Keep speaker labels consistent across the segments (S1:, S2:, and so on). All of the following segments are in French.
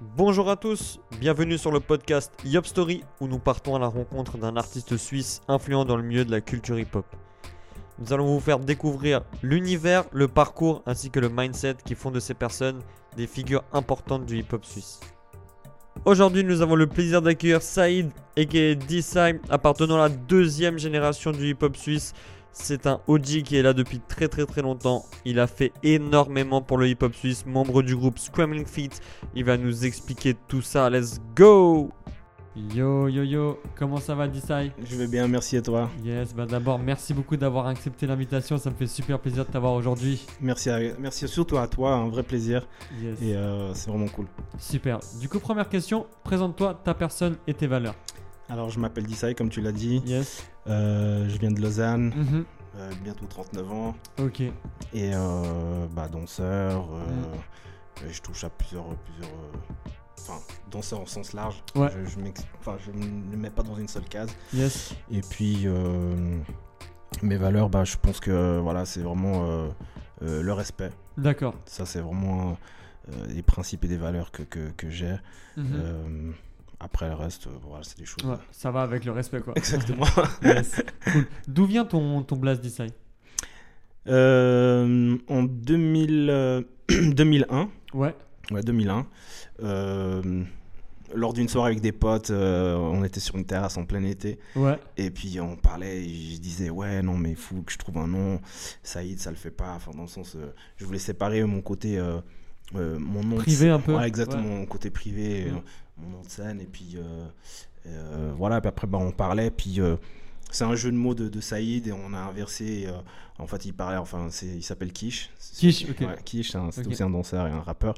S1: Bonjour à tous, bienvenue sur le podcast Yop Story où nous partons à la rencontre d'un artiste suisse influent dans le milieu de la culture hip-hop. Nous allons vous faire découvrir l'univers, le parcours ainsi que le mindset qui font de ces personnes des figures importantes du hip-hop suisse. Aujourd'hui, nous avons le plaisir d'accueillir Saïd aka Dissime, appartenant à la deuxième génération du hip-hop suisse. C'est un OG qui est là depuis très très très longtemps. Il a fait énormément pour le hip-hop suisse, membre du groupe Scrambling Feet. Il va nous expliquer tout ça. Let's go
S2: Yo yo yo, comment ça va Dissai
S3: Je vais bien, merci à toi.
S2: Yes, bah d'abord merci beaucoup d'avoir accepté l'invitation, ça me fait super plaisir de t'avoir aujourd'hui.
S3: Merci, à- merci surtout à toi, un vrai plaisir.
S2: Yes.
S3: Et euh, c'est vraiment cool.
S2: Super. Du coup, première question, présente-toi ta personne et tes valeurs.
S3: Alors, je m'appelle Dissai, comme tu l'as dit.
S2: Yes.
S3: Euh, je viens de Lausanne,
S2: Mhm.
S3: euh, bientôt 39 ans.
S2: Ok.
S3: Et euh, bah, danseur, euh, euh, je touche à plusieurs. plusieurs euh, Enfin, danseur en sens large.
S2: Ouais.
S3: Je, je, m'ex- enfin, je ne me mets pas dans une seule case.
S2: Yes.
S3: Et puis, euh, mes valeurs, bah, je pense que voilà, c'est vraiment euh, euh, le respect.
S2: D'accord.
S3: Ça, c'est vraiment euh, des principes et des valeurs que, que, que j'ai.
S2: Mhm.
S3: Euh, après le reste, euh, voilà, c'est des choses.
S2: Ouais, ça va avec le respect quoi.
S3: Exactement.
S2: Yes. Cool. D'où vient ton ton blast Dissai
S3: Euh, en 2000, euh, 2001,
S2: Ouais.
S3: ouais, 2001 euh, lors d'une soirée avec des potes, euh, on était sur une terrasse en plein été.
S2: Ouais.
S3: Et puis on parlait, et je disais, ouais, non, mais faut que je trouve un nom. Saïd, ça le fait pas. Enfin, dans le sens, euh, je voulais séparer mon côté. euh, euh, mon nom de
S2: Privé un peu.
S3: Ouais, exactement, mon côté privé,
S2: Mm.
S3: euh, mon nom de scène, et puis euh, euh, voilà, puis après bah, on parlait, puis euh, c'est un jeu de mots de, de Saïd, et on a inversé, euh, en fait il parlait, enfin c'est- il s'appelle Kish.
S2: Kish, ok.
S3: Ouais, Kish, c'est un- c'est
S2: Ok.
S3: aussi un danseur et un rappeur,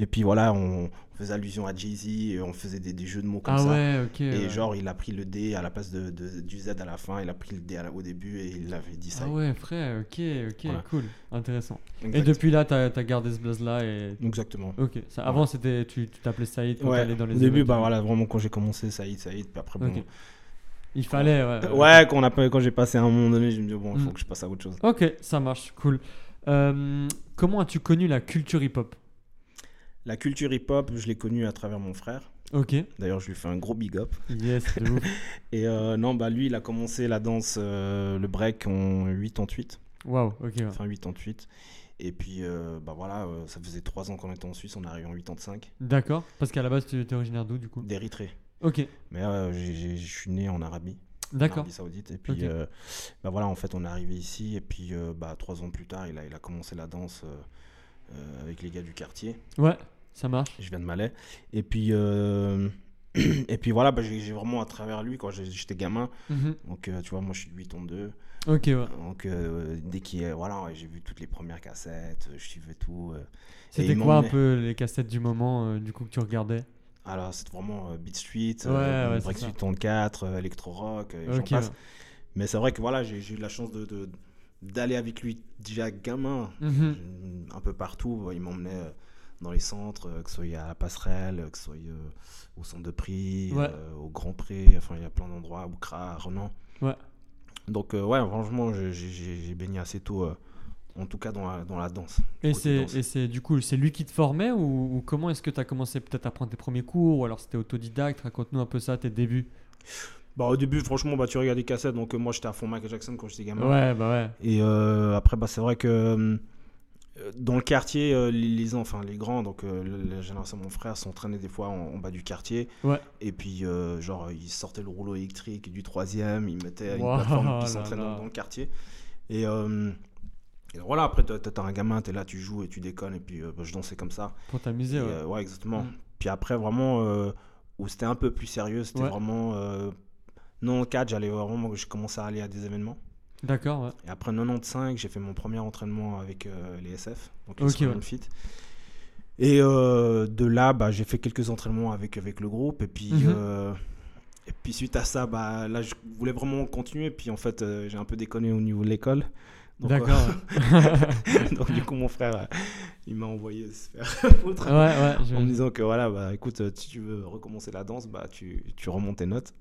S3: et puis voilà, on, on faisait allusion à Jay-Z, et on faisait des, des jeux de mots comme
S2: Ah
S3: ça.
S2: ouais, ok.
S3: Et
S2: ouais.
S3: genre, il a pris le D à la place de, de- du Z à la fin, il a pris le D à la- au début et il avait dit ça.
S2: Ah ouais, frère. Ok, ok,
S3: Voilà.
S2: cool, intéressant.
S3: Exact-
S2: Et depuis là, t'as as gardé ce blast là et
S3: Exactement.
S2: Ok, ça, avant c'était tu tu t'appelais Saïd quand
S3: Ouais,
S2: t'allais dans les
S3: au début,
S2: événements.
S3: bah voilà, vraiment quand j'ai commencé, Saïd, Saïd, puis après, bon,
S2: Ok. Il fallait, ouais.
S3: Ouais, quand, on a pas- quand j'ai passé un moment donné, je me dis, bon, il faut
S2: Euh, Mm.
S3: que je passe à autre chose.
S2: Ok, ça marche, cool. Euh, comment as-tu connu la culture hip-hop
S3: La culture hip-hop, je l'ai connue à travers mon frère.
S2: Ok,
S3: D'ailleurs, je lui fais un gros big up.
S2: yes, de ouf.
S3: Et euh, non, bah lui, il a commencé la danse, euh, le break en 88,
S2: Waouh, ok, ouais.
S3: fin 88. Et puis, euh, bah voilà, euh, ça faisait 3 ans qu'on était en Suisse, on est arrivé en 85,
S2: D'accord, parce qu'à la base tu étais originaire d'où du coup
S3: d'Érythrée.
S2: Ok,
S3: Mais euh, j'ai- j'ai- je suis né en Arabie, en
S2: d'accord.
S3: Arabie Saoudite. Et puis,
S2: Ok.
S3: euh, bah voilà, en fait, on est arrivé ici. Et puis, euh, bah, 3 ans plus tard, il a, il a commencé la danse euh, euh, avec les gars du quartier.
S2: Ouais, ça marche.
S3: je viens de Malais. Et puis, euh, et puis voilà, bah, j'ai j'ai vraiment à travers lui quand j'ai- j'étais gamin.
S2: Mhm.
S3: Donc, euh, tu vois, moi je suis de 82.
S2: Ok, ouais.
S3: Donc, euh, dès qu'il est. Voilà, ouais, j'ai vu toutes les premières cassettes, euh, je suivais tout. euh.
S2: C'était
S3: il
S2: quoi un
S3: m'emmenait.
S2: peu les cassettes du moment euh, du coup que tu regardais
S3: Alors, c'est vraiment euh, Beat Street,
S2: Ouais, ouais, c'est
S3: Break
S2: ça.
S3: Street 34, euh, Electro Rock, euh, et j'en
S2: Ok,
S3: passe.
S2: ouais.
S3: Mais c'est vrai que voilà, j'ai j'ai eu la chance de. de- d'aller avec lui déjà gamin
S2: Mhm.
S3: Mm. un peu partout ouais, il m'emmenait euh, dans les centres euh, que ce soit à la passerelle euh, que ce soit euh, au centre de prix
S2: Ouais.
S3: euh, au grand prix enfin il y a plein d'endroits au CRA Renan
S2: Ouais.
S3: donc euh, ouais franchement j'ai- j'ai j'ai- j'ai baigné assez tôt euh, en tout cas dans la, dans la danse
S2: Et
S3: Côté
S2: c'est
S3: danse.
S2: et c'est- du coup, c'est lui qui te formait ou, ou comment est-ce que tu as commencé peut-être à prendre tes premiers cours ou alors c'était autodidacte Raconte-nous un peu ça, tes débuts.
S3: bah au début franchement bah tu regardes les cassettes donc euh, moi j'étais à fond Michael Jackson quand j'étais gamin
S2: Ouais, bah ouais.
S3: Et euh, après, bah, c'est vrai que euh, dans le quartier, euh, les, les en- enfin, les grands, donc euh, le- la génération de mon frère, s'entraînaient des fois en, en bas du quartier.
S2: Ouais.
S3: Et puis, euh, genre, ils sortaient le rouleau électrique du troisième, ils mettaient
S2: Wow, Oh
S3: une plateforme,
S2: là
S3: puis ils s'entraînaient
S2: là.
S3: dans le quartier. Et, euh, et voilà, après, t'as t'as un gamin, t'es là, tu joues et tu déconnes, et puis euh, bah, je dansais comme ça.
S2: Pour
S3: Et,
S2: t'amuser, ouais.
S3: euh, ouais, exactement.
S2: Mm.
S3: Puis après, vraiment, euh, où c'était un peu plus sérieux, c'était
S2: Ouais.
S3: vraiment. euh, non, 4, j'allais vraiment, je commençais à aller à des événements.
S2: D'accord, ouais.
S3: Et après 95, j'ai fait mon premier entraînement avec euh, les SF, donc les
S2: Ok,
S3: Scrum
S2: ouais.
S3: Fit. Et euh, de là, bah, j'ai fait quelques entraînements avec, avec le groupe. Et puis,
S2: Mhm.
S3: euh, et puis suite à ça, bah, là, je voulais vraiment continuer. Puis en fait, euh, j'ai un peu déconné au niveau de l'école. Donc, euh,
S2: D'accord. ouais.
S3: donc, du coup, mon frère, euh, il m'a envoyé se faire foutre.
S2: Ouais,
S3: En
S2: ouais,
S3: me
S2: Ah, j'imagine.
S3: disant que voilà, bah écoute, euh, si tu veux recommencer la danse, bah tu, tu remontes tes notes.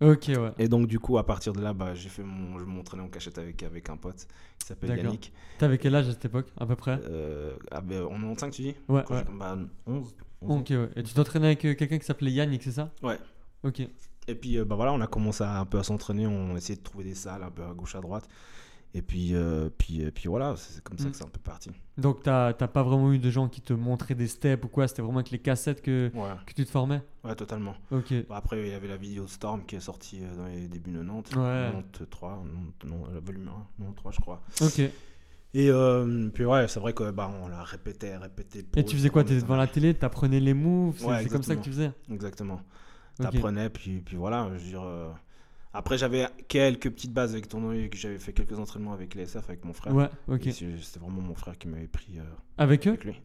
S2: Ok, ouais.
S3: Et donc du coup, à partir de là, bah j'ai fait mon, je m'entraînais en cachette avec, avec un pote qui s'appelle
S2: D'accord.
S3: Yannick.
S2: T'avais quel âge à cette époque, à peu près
S3: Euh, ah ben, en 95, tu dis
S2: Ouais,
S3: Quand
S2: ouais.
S3: j'ai- bah, 11 11 ans.
S2: Ok, ouais. Et tu t'entraînais avec euh, quelqu'un qui s'appelait Yannick, c'est ça
S3: Ouais.
S2: Ok.
S3: Et puis euh, bah voilà, on a commencé à, un peu à s'entraîner, on essayait de trouver des salles un peu à gauche à droite. Et puis, euh, puis, et puis voilà, c'est c'est comme ça
S2: Mm.
S3: que c'est un peu parti.
S2: Donc t'as t'as pas vraiment eu de gens qui te montraient des steps ou quoi C'était vraiment avec les cassettes que,
S3: Ouais,
S2: que tu te formais
S3: ouais totalement.
S2: Ok.
S3: Bah, après, il y avait la vidéo de Storm qui est sortie euh, dans les débuts 90,
S2: Ouais.
S3: 93, non, non, la volume 1, 93 je crois.
S2: Ok. Et
S3: Et euh, puis ouais, c'est vrai que bah, on la répétait, répétait. pour
S2: tu faisais quoi
S3: pour
S2: T'étais devant la télé, t'apprenais les moves C'est
S3: Ouais,
S2: c'est comme ça que tu faisais
S3: Exactement.
S2: Ok.
S3: T'apprenais, puis, puis voilà, je veux dire. euh, Après, j'avais quelques petites bases avec ton et que j'avais fait quelques entraînements avec les SF avec mon frère.
S2: Ouais, ok.
S3: Et c'est- C'était vraiment mon frère qui m'avait pris euh,
S2: Avec eux
S3: avec lui.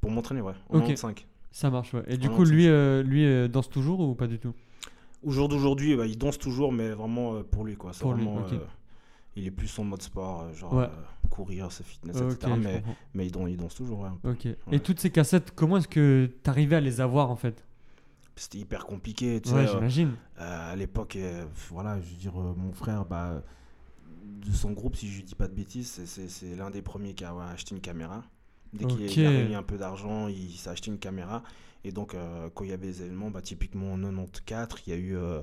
S3: Pour m'entraîner, ouais. En
S2: Ok.
S3: 95.
S2: Ça marche, ouais. Et du
S3: En
S2: coup,
S3: antique.
S2: lui, euh, lui euh, danse toujours ou pas du tout
S3: Au jour d'aujourd'hui, bah, il danse toujours, mais vraiment euh, pour lui, quoi. C'est
S2: Pour lui,
S3: vraiment,
S2: ok.
S3: euh, il est plus en mode sport, euh, genre
S2: Ouais.
S3: euh, courir, se fitness,
S2: Ok,
S3: etc.
S2: je
S3: Mais,
S2: comprends.
S3: mais il, danse, il danse toujours, ouais.
S2: Ok.
S3: Ouais.
S2: Et toutes ces cassettes, comment est-ce que t'arrivais à les avoir en fait
S3: C'était hyper compliqué, tu
S2: Ouais,
S3: sais. euh,
S2: j'imagine.
S3: Euh, à l'époque, euh, voilà, je veux dire, euh, mon frère, bah, de son groupe, si je dis pas de bêtises, c'est- c'est c'est l'un des premiers qui a ouais, acheté une caméra. Dès qu'il
S2: Ok.
S3: il a réuni un peu d'argent, il s'est acheté une caméra. Et donc, euh, quand il y avait des événements, bah, typiquement en 94, il y a eu euh,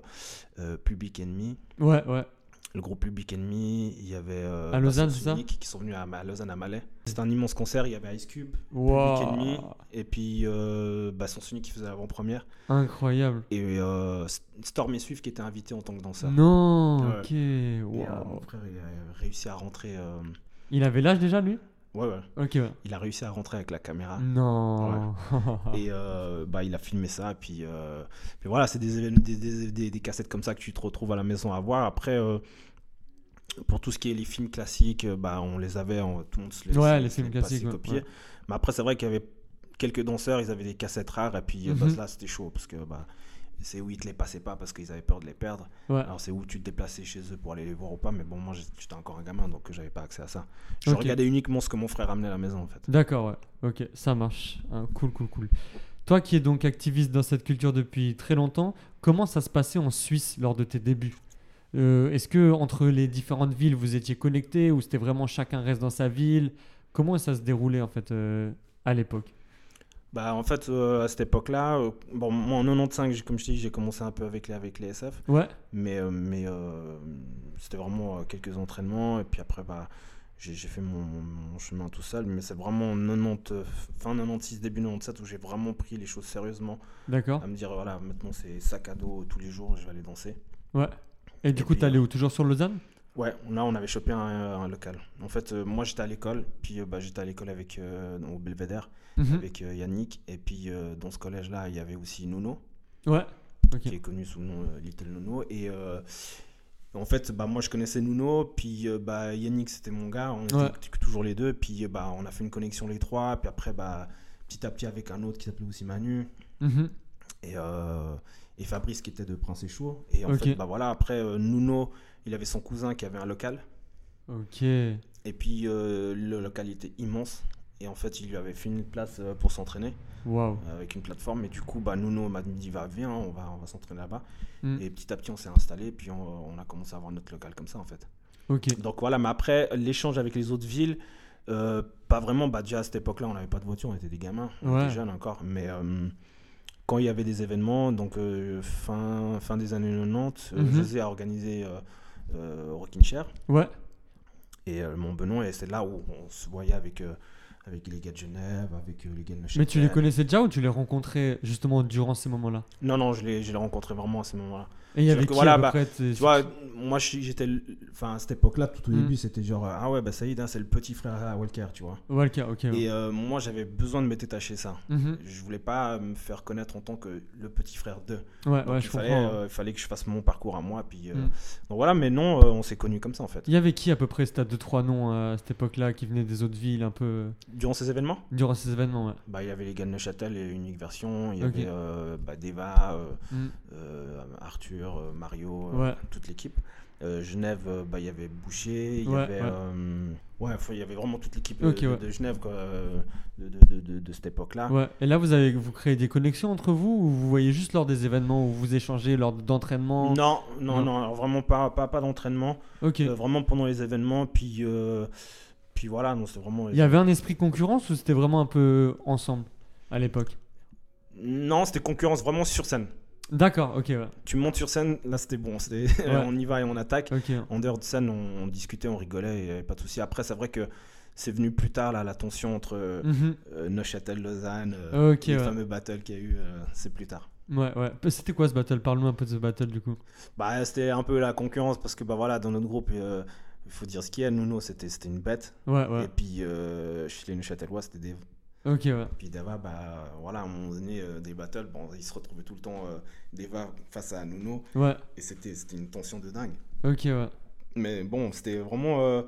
S3: euh, Public Enemy,
S2: Ouais, ouais.
S3: le groupe Public Enemy, il y avait euh,
S2: À Lausanne,
S3: Basket
S2: c'est ça
S3: Sonic qui sont venus à, à Lausanne, à Malais. C'était un immense concert, il y avait Ice Cube, Public Enemy,
S2: Wow.
S3: et puis euh, bah, Sonic qui faisait l'avant-première,
S2: Incroyable.
S3: et euh, S- Storm et Swift qui était invité en tant que danseur.
S2: Non,
S3: Ouais.
S2: ok.
S3: Et,
S2: wow.
S3: euh, mon frère, il a réussi à rentrer. euh,
S2: Il avait l'âge déjà, lui
S3: Ouais, ouais.
S2: Ok, ouais.
S3: Il a réussi à rentrer avec la
S2: Mmh.
S3: caméra.
S2: Non.
S3: Ah. Et euh, bah, il a filmé ça. Puis, euh, puis voilà, c'est des, évén- des, des- des- des cassettes comme ça que tu te retrouves à la maison à voir. Après, euh, pour tout ce qui est les films classiques, euh, bah, on les avait, on- tout le monde se les,
S2: Ouais,
S3: se-
S2: les
S3: se
S2: films
S3: les passait
S2: classiques, ouais,
S3: copier.
S2: ouais.
S3: Mais après, c'est vrai qu'il y avait quelques danseurs, ils avaient des cassettes rares. Et puis euh, bah,
S2: Mhm.
S3: là, c'était chaud parce que bah, c'est où ils te les passaient pas parce qu'ils avaient peur de les perdre.
S2: ouais.
S3: Alors c'est où tu te déplaçais chez eux pour aller les voir ou pas, mais bon moi j'étais j'étais encore un gamin donc j'avais pas accès à ça. Je
S2: Ok.
S3: regardais uniquement ce que mon frère amenait à la maison en fait.
S2: D'accord, ouais. Ok, ça marche. Hein, cool, cool, cool. Toi qui es donc activiste dans cette culture depuis très longtemps, comment ça se passait en Suisse lors de tes débuts Euh, Est-ce que entre les différentes villes vous étiez connectés ou c'était vraiment chacun reste dans sa ville Comment ça se déroulait en fait euh, à l'époque
S3: Bah en fait euh, à cette époque-là, euh, bon moi en 95 j'ai- comme je te dis j'ai commencé un peu avec les, avec les SF,
S2: Ouais,
S3: mais, euh, mais euh, c'était vraiment euh, quelques entraînements et puis après bah j'ai j'ai fait mon, mon- mon chemin tout seul, mais c'est vraiment en 90, euh, fin 96, début 97 où j'ai vraiment pris les choses sérieusement,
S2: d'accord.
S3: à me dire voilà maintenant c'est sac à dos tous les jours, je vais aller danser.
S2: Ouais. Et du
S3: Et
S2: coup,
S3: puis,
S2: t'allais où Toujours sur Lausanne
S3: Ouais, là on avait chopé un, un local. En fait, euh, moi j'étais à l'école, puis euh, bah, j'étais à l'école avec euh, au Belvédère
S2: Mhm.
S3: avec euh, Yannick, et puis euh, dans ce collège-là il y avait aussi Nuno,
S2: Ouais. Ok.
S3: qui est connu sous le nom euh, Little Nuno, et euh, en fait bah moi je connaissais Nuno, puis euh, bah Yannick c'était mon gars, on
S2: Ouais.
S3: était t- toujours les deux, puis euh, bah on a fait une connexion les trois, puis après bah petit à petit avec un autre qui s'appelait aussi Manu,
S2: Mhm.
S3: et, euh, et Fabrice qui était de Prince et Chou, et en
S2: Ok.
S3: fait bah voilà après euh, Nuno il avait son cousin qui avait un local.
S2: Ok.
S3: Et puis euh, le local était immense. Et en fait, il lui avait fait une place euh, pour s'entraîner
S2: Waouh.
S3: euh, avec une plateforme. Et du coup, bah, Nuno m'a dit va, viens, on va, on va s'entraîner là-bas.
S2: Mm.
S3: Et petit à petit, on s'est installé. Puis on, on a commencé à avoir notre local comme ça, en fait.
S2: Ok.
S3: Donc voilà, mais après, l'échange avec les autres villes, euh, pas vraiment. Bah, déjà à cette époque-là, on n'avait pas de voiture, on était des gamins, on
S2: Ouais.
S3: était jeunes encore. Mais euh, quand il y avait des événements, donc euh, fin, fin des années 90, euh,
S2: Mhm.
S3: José a organisé euh, euh, Rockin' Chair
S2: Ouais.
S3: et euh, Mont-Benoît, et c'est là où on se voyait avec, euh, avec les gars de Genève, avec euh, les gars de Neuchâtel.
S2: Mais tu les connaissais déjà ou tu les rencontrais justement durant ces moments-là
S3: Non, non, je les, je les rencontrais vraiment à ce moment-là.
S2: Et il y
S3: Sauf
S2: avait
S3: que
S2: qui
S3: voilà,
S2: à peu
S3: bah,
S2: près, t'es-
S3: Tu vois, moi, je suis- j'étais. l- Enfin, à cette époque-là, tout au
S2: Mm.
S3: début, c'était genre, euh, ah ouais, bah Saïd, hein, c'est le petit frère à Walker, tu vois.
S2: Walker, ok. ouais.
S3: Et euh, moi, j'avais besoin de me détacher de ça.
S2: Mhm.
S3: Je voulais pas me faire connaître en tant que le petit frère d'eux.
S2: Ouais,
S3: Donc,
S2: ouais,
S3: il
S2: je
S3: fallait,
S2: comprends.
S3: euh, il fallait que je fasse mon parcours à moi. Puis, euh,
S2: Mm.
S3: Donc voilà, mais non, euh, on s'est connus comme ça en fait.
S2: Il y avait qui à peu près C'était à deux, trois noms euh, à cette époque-là qui venaient des autres villes un peu euh,
S3: Durant ces événements,
S2: durant ces événements, ouais.
S3: bah, il y avait les gars de Neuchâtel et Unique Version, il y
S2: Ok.
S3: avait euh, bah, Deva, euh,
S2: Mm.
S3: euh, Arthur, euh, Mario, euh,
S2: Ouais.
S3: toute l'équipe. Euh, Genève, euh, bah, il y avait Boucher, il
S2: Ouais,
S3: y avait.
S2: ouais.
S3: euh, ouais, enfin, il y avait vraiment toute l'équipe euh,
S2: Ok,
S3: de,
S2: ouais.
S3: de Genève quoi, euh, de, de- de- de- de cette époque-là.
S2: Ouais. Et là, vous avez vous créez des connexions entre vous ou vous voyez juste lors des événements où vous échangez lors d'entraînements
S3: Non, non,
S2: Non.
S3: non, alors vraiment pas, pas, pas d'entraînement.
S2: Ok.
S3: Euh, vraiment pendant les événements, puis, euh, puis voilà, non, c'est vraiment.
S2: Il y avait un esprit concurrence ou c'était vraiment un peu ensemble à l'époque
S3: Non, c'était concurrence vraiment sur scène.
S2: D'accord, ok, ouais.
S3: Tu montes sur scène, là c'était bon, c'était
S2: Ouais.
S3: on y va et on attaque.
S2: Ok.
S3: En dehors de scène, on, on discutait, on rigolait, il n'y avait pas de souci. Après, c'est vrai que c'est venu plus tard là, la tension entre euh,
S2: Mhm.
S3: euh, Neuchâtel, Lausanne, euh,
S2: Ok,
S3: les
S2: ouais.
S3: fameux battles qu'il y a eu, euh, c'est plus tard.
S2: Ouais, ouais. Bah, C'était quoi ce battle Parle-moi un peu de ce battle du coup.
S3: Bah, c'était un peu la concurrence parce que bah voilà, dans notre groupe, euh, il faut dire ce qu'il y a. Nuno, c'était c'était une bête.
S2: Ouais,
S3: Et
S2: ouais.
S3: puis euh, chez les Neuchâtelois, c'était des
S2: Ok, ouais.
S3: Puis Deva, bah, voilà, à un moment donné, euh, des battles, bon, ils se retrouvaient tout le temps, euh, Deva face à Nuno,
S2: Ouais,
S3: et c'était c'était une tension de dingue.
S2: ok, ouais.
S3: Mais bon, c'était vraiment. euh,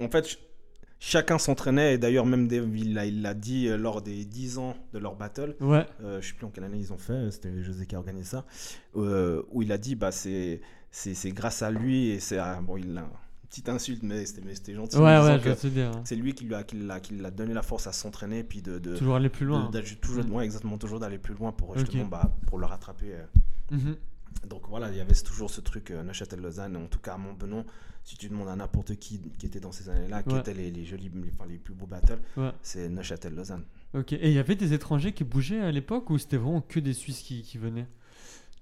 S3: en fait, ch- chacun s'entraînait, et d'ailleurs, même Dave, il l'a il l'a dit euh, lors des 10 ans de leur battle,
S2: Ouais,
S3: euh, je sais plus en quelle année ils ont fait, c'était José qui a organisé ça, euh, où il a dit, bah, c'est c'est- c'est grâce à lui, et c'est. à- Bon, il l'a. Petite insulte, mais c'était mais c'était gentil.
S2: ouais,
S3: en disant
S2: ouais, je
S3: que
S2: vais te dire. hein.
S3: C'est euh, lui qui lui a, qui l'a- qui l'a donné la force à s'entraîner, puis de. de-
S2: Toujours aller plus loin.
S3: de- d'aj- toujours,
S2: Mm.
S3: ouais, exactement, toujours d'aller plus loin pour
S2: Ok.
S3: justement bah, pour le rattraper. euh.
S2: Mhm.
S3: Donc voilà, il y avait toujours ce truc euh, Neuchâtel-Lausanne, en tout cas à Montbenon. Si tu demandes à n'importe qui qui était dans ces années-là, qui
S2: Ouais.
S3: étaient les, les jolis, les, enfin, les plus beaux battles,
S2: Ouais.
S3: c'est Neuchâtel-Lausanne.
S2: Ok. Et il y avait des étrangers qui bougeaient à l'époque ou c'était vraiment que des Suisses qui, qui venaient